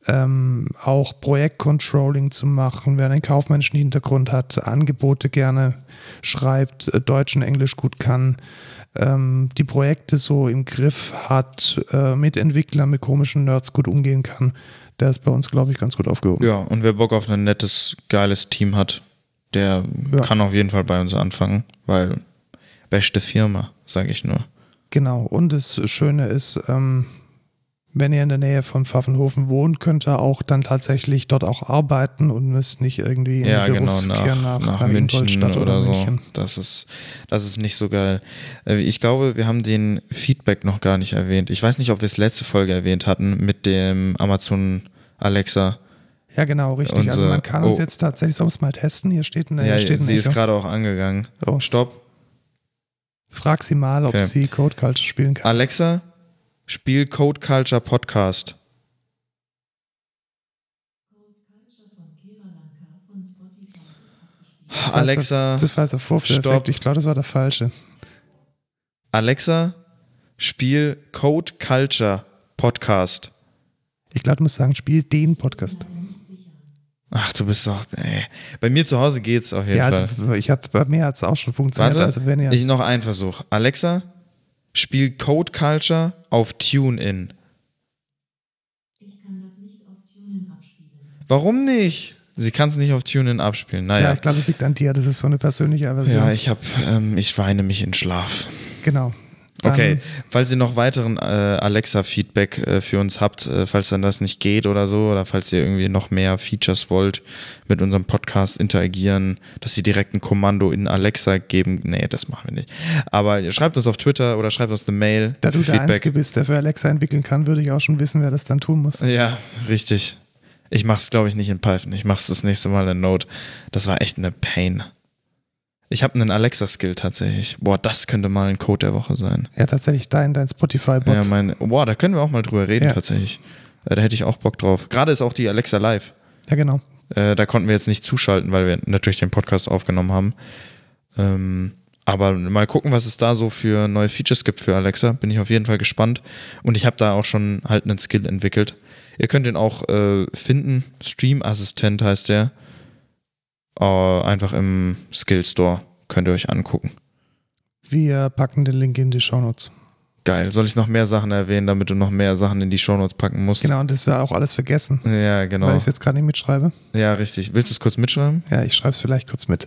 [SPEAKER 1] ähm, auch Projektcontrolling zu machen, wer einen kaufmännischen Hintergrund hat, Angebote gerne schreibt, äh, Deutsch und Englisch gut kann, ähm, die Projekte so im Griff hat, äh, mit Entwicklern, mit komischen Nerds gut umgehen kann, der ist bei uns, glaube ich, ganz gut aufgehoben.
[SPEAKER 2] Ja, und wer Bock auf ein nettes, geiles Team hat, der
[SPEAKER 1] Ja.
[SPEAKER 2] kann auf jeden Fall bei uns anfangen, weil beste Firma, sage ich nur.
[SPEAKER 1] Genau. Und das Schöne ist, ähm, wenn ihr in der Nähe von Pfaffenhofen wohnt, könnt ihr auch dann tatsächlich dort auch arbeiten und müsst nicht irgendwie in
[SPEAKER 2] ja,
[SPEAKER 1] den
[SPEAKER 2] genau, nach,
[SPEAKER 1] Berufsverkehr
[SPEAKER 2] nach,
[SPEAKER 1] nach
[SPEAKER 2] München
[SPEAKER 1] Ingolstadt
[SPEAKER 2] oder, so.
[SPEAKER 1] München.
[SPEAKER 2] Das ist, das ist nicht so geil. Äh, Ich glaube, wir haben den Feedback noch gar nicht erwähnt. Ich weiß nicht, ob wir es letzte Folge erwähnt hatten mit dem Amazon Alexa.
[SPEAKER 1] Ja, genau, richtig.
[SPEAKER 2] Und
[SPEAKER 1] also
[SPEAKER 2] so-
[SPEAKER 1] man kann uns
[SPEAKER 2] oh.
[SPEAKER 1] jetzt tatsächlich sonst mal testen. Hier steht eine,
[SPEAKER 2] ja,
[SPEAKER 1] hier steht ein
[SPEAKER 2] sie ist
[SPEAKER 1] Echo.
[SPEAKER 2] gerade auch angegangen.
[SPEAKER 1] Oh.
[SPEAKER 2] Stopp.
[SPEAKER 1] Frag sie mal, ob
[SPEAKER 2] Okay.
[SPEAKER 1] sie Code Culture spielen kann.
[SPEAKER 2] Alexa, spiel Code Culture Podcast.
[SPEAKER 1] war
[SPEAKER 2] Alexa,
[SPEAKER 1] Das war jetzt der
[SPEAKER 2] Ah, Stopp.
[SPEAKER 1] Vorführeffekt. Ich glaube, das war der falsche.
[SPEAKER 2] Alexa, spiel Code Culture Podcast.
[SPEAKER 1] Ich glaube, du musst sagen, spiel den Podcast.
[SPEAKER 2] Ach, du bist doch, ey. Bei mir zu Hause geht's auf jeden
[SPEAKER 1] Ja,
[SPEAKER 2] Fall.
[SPEAKER 1] also ich habe bei mir hat es auch schon funktioniert.
[SPEAKER 2] Warte,
[SPEAKER 1] also wenn ihr
[SPEAKER 2] ich noch einen Versuch. Alexa, spiel Code Culture auf TuneIn.
[SPEAKER 3] Ich kann das nicht auf Tunen abspielen.
[SPEAKER 2] Warum nicht? Sie kann es nicht auf TuneIn abspielen.
[SPEAKER 1] ja,
[SPEAKER 2] Naja.
[SPEAKER 1] ich glaube, es liegt an dir. Das ist so eine persönliche Aversion.
[SPEAKER 2] ah, Ja, ich hab, ähm, ich weine mich in Schlaf.
[SPEAKER 1] genau. Dann-
[SPEAKER 2] Okay, falls ihr noch weiteren äh, Alexa-Feedback äh, für uns habt, äh, falls dann das nicht geht oder so, oder falls ihr irgendwie noch mehr Features wollt, mit unserem Podcast interagieren, dass sie direkt ein Kommando in Alexa geben, nee, das machen wir nicht. Aber ihr schreibt uns auf Twitter oder schreibt uns eine Mail.
[SPEAKER 1] Da du
[SPEAKER 2] für
[SPEAKER 1] der Einzige bist, der für Alexa entwickeln kann, würde ich auch schon wissen, wer das dann tun muss.
[SPEAKER 2] Ja, richtig. Ich mach's, glaube ich, nicht in Python. Ich mach's das nächste Mal in Node. Das war echt eine Pain. Ich habe einen Alexa-Skill tatsächlich. Boah, das könnte mal ein Code der Woche sein.
[SPEAKER 1] Ja, tatsächlich dein, dein Spotify-Bot.
[SPEAKER 2] Ja, mein, boah, da können wir auch mal drüber reden
[SPEAKER 1] Ja.
[SPEAKER 2] tatsächlich. Äh, Da hätte ich auch Bock drauf. Gerade ist auch die Alexa live.
[SPEAKER 1] ja, genau.
[SPEAKER 2] Äh, da konnten wir jetzt nicht zuschalten, weil wir natürlich den Podcast aufgenommen haben. Ähm, Aber mal gucken, was es da so für neue Features gibt für Alexa. Bin ich auf jeden Fall gespannt. Und ich habe da auch schon halt einen Skill entwickelt. Ihr könnt den auch äh, finden. Stream Assistent heißt der. Äh, einfach im Skill Store könnt ihr euch angucken.
[SPEAKER 1] Wir packen den Link in die Shownotes.
[SPEAKER 2] Geil. Soll ich noch mehr Sachen erwähnen, damit du noch mehr Sachen in die Shownotes packen musst?
[SPEAKER 1] Genau, und das wäre auch alles vergessen,
[SPEAKER 2] Ja, genau.
[SPEAKER 1] weil ich es jetzt gerade nicht mitschreibe.
[SPEAKER 2] Ja, richtig. Willst du es kurz mitschreiben?
[SPEAKER 1] Ja, ich schreibe es vielleicht kurz mit.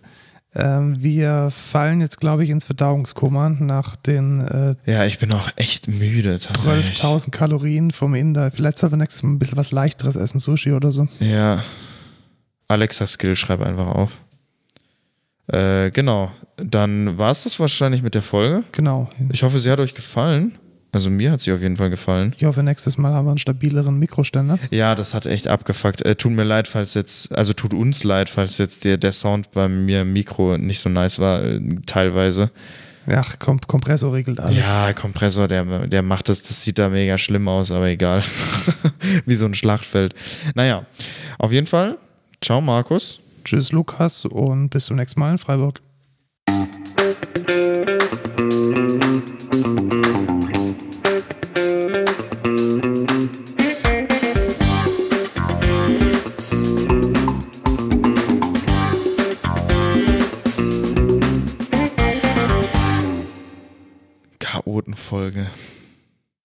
[SPEAKER 1] Ähm, wir fallen jetzt, glaube ich, ins Verdauungskoma nach den äh,
[SPEAKER 2] Ja, ich bin auch echt müde. tatsächlich.
[SPEAKER 1] 12.000 Kalorien vom Inder. Vielleicht sollten wir nächstes Mal ein bisschen was Leichteres essen, Sushi oder so.
[SPEAKER 2] Ja. Alexa-Skill, schreib einfach auf. Äh, genau. Dann war es das wahrscheinlich mit der Folge.
[SPEAKER 1] Genau.
[SPEAKER 2] Ich hoffe, sie hat euch gefallen. Also mir hat sie auf jeden Fall gefallen.
[SPEAKER 1] Ich hoffe, nächstes Mal haben wir einen stabileren Mikroständer.
[SPEAKER 2] Ja, das hat echt abgefuckt. Äh, tut mir leid, falls jetzt, also tut uns leid, falls jetzt der, der Sound bei mir im Mikro nicht so nice war, äh, teilweise.
[SPEAKER 1] Ach, Kom Kompressor regelt alles.
[SPEAKER 2] Ja, Kompressor, der, der macht das, das sieht da mega schlimm aus, aber egal. Wie so ein Schlachtfeld. Naja, auf jeden Fall, ciao Markus.
[SPEAKER 1] Tschüss, Lukas, und bis zum nächsten Mal in Freiburg.
[SPEAKER 2] Chaotenfolge.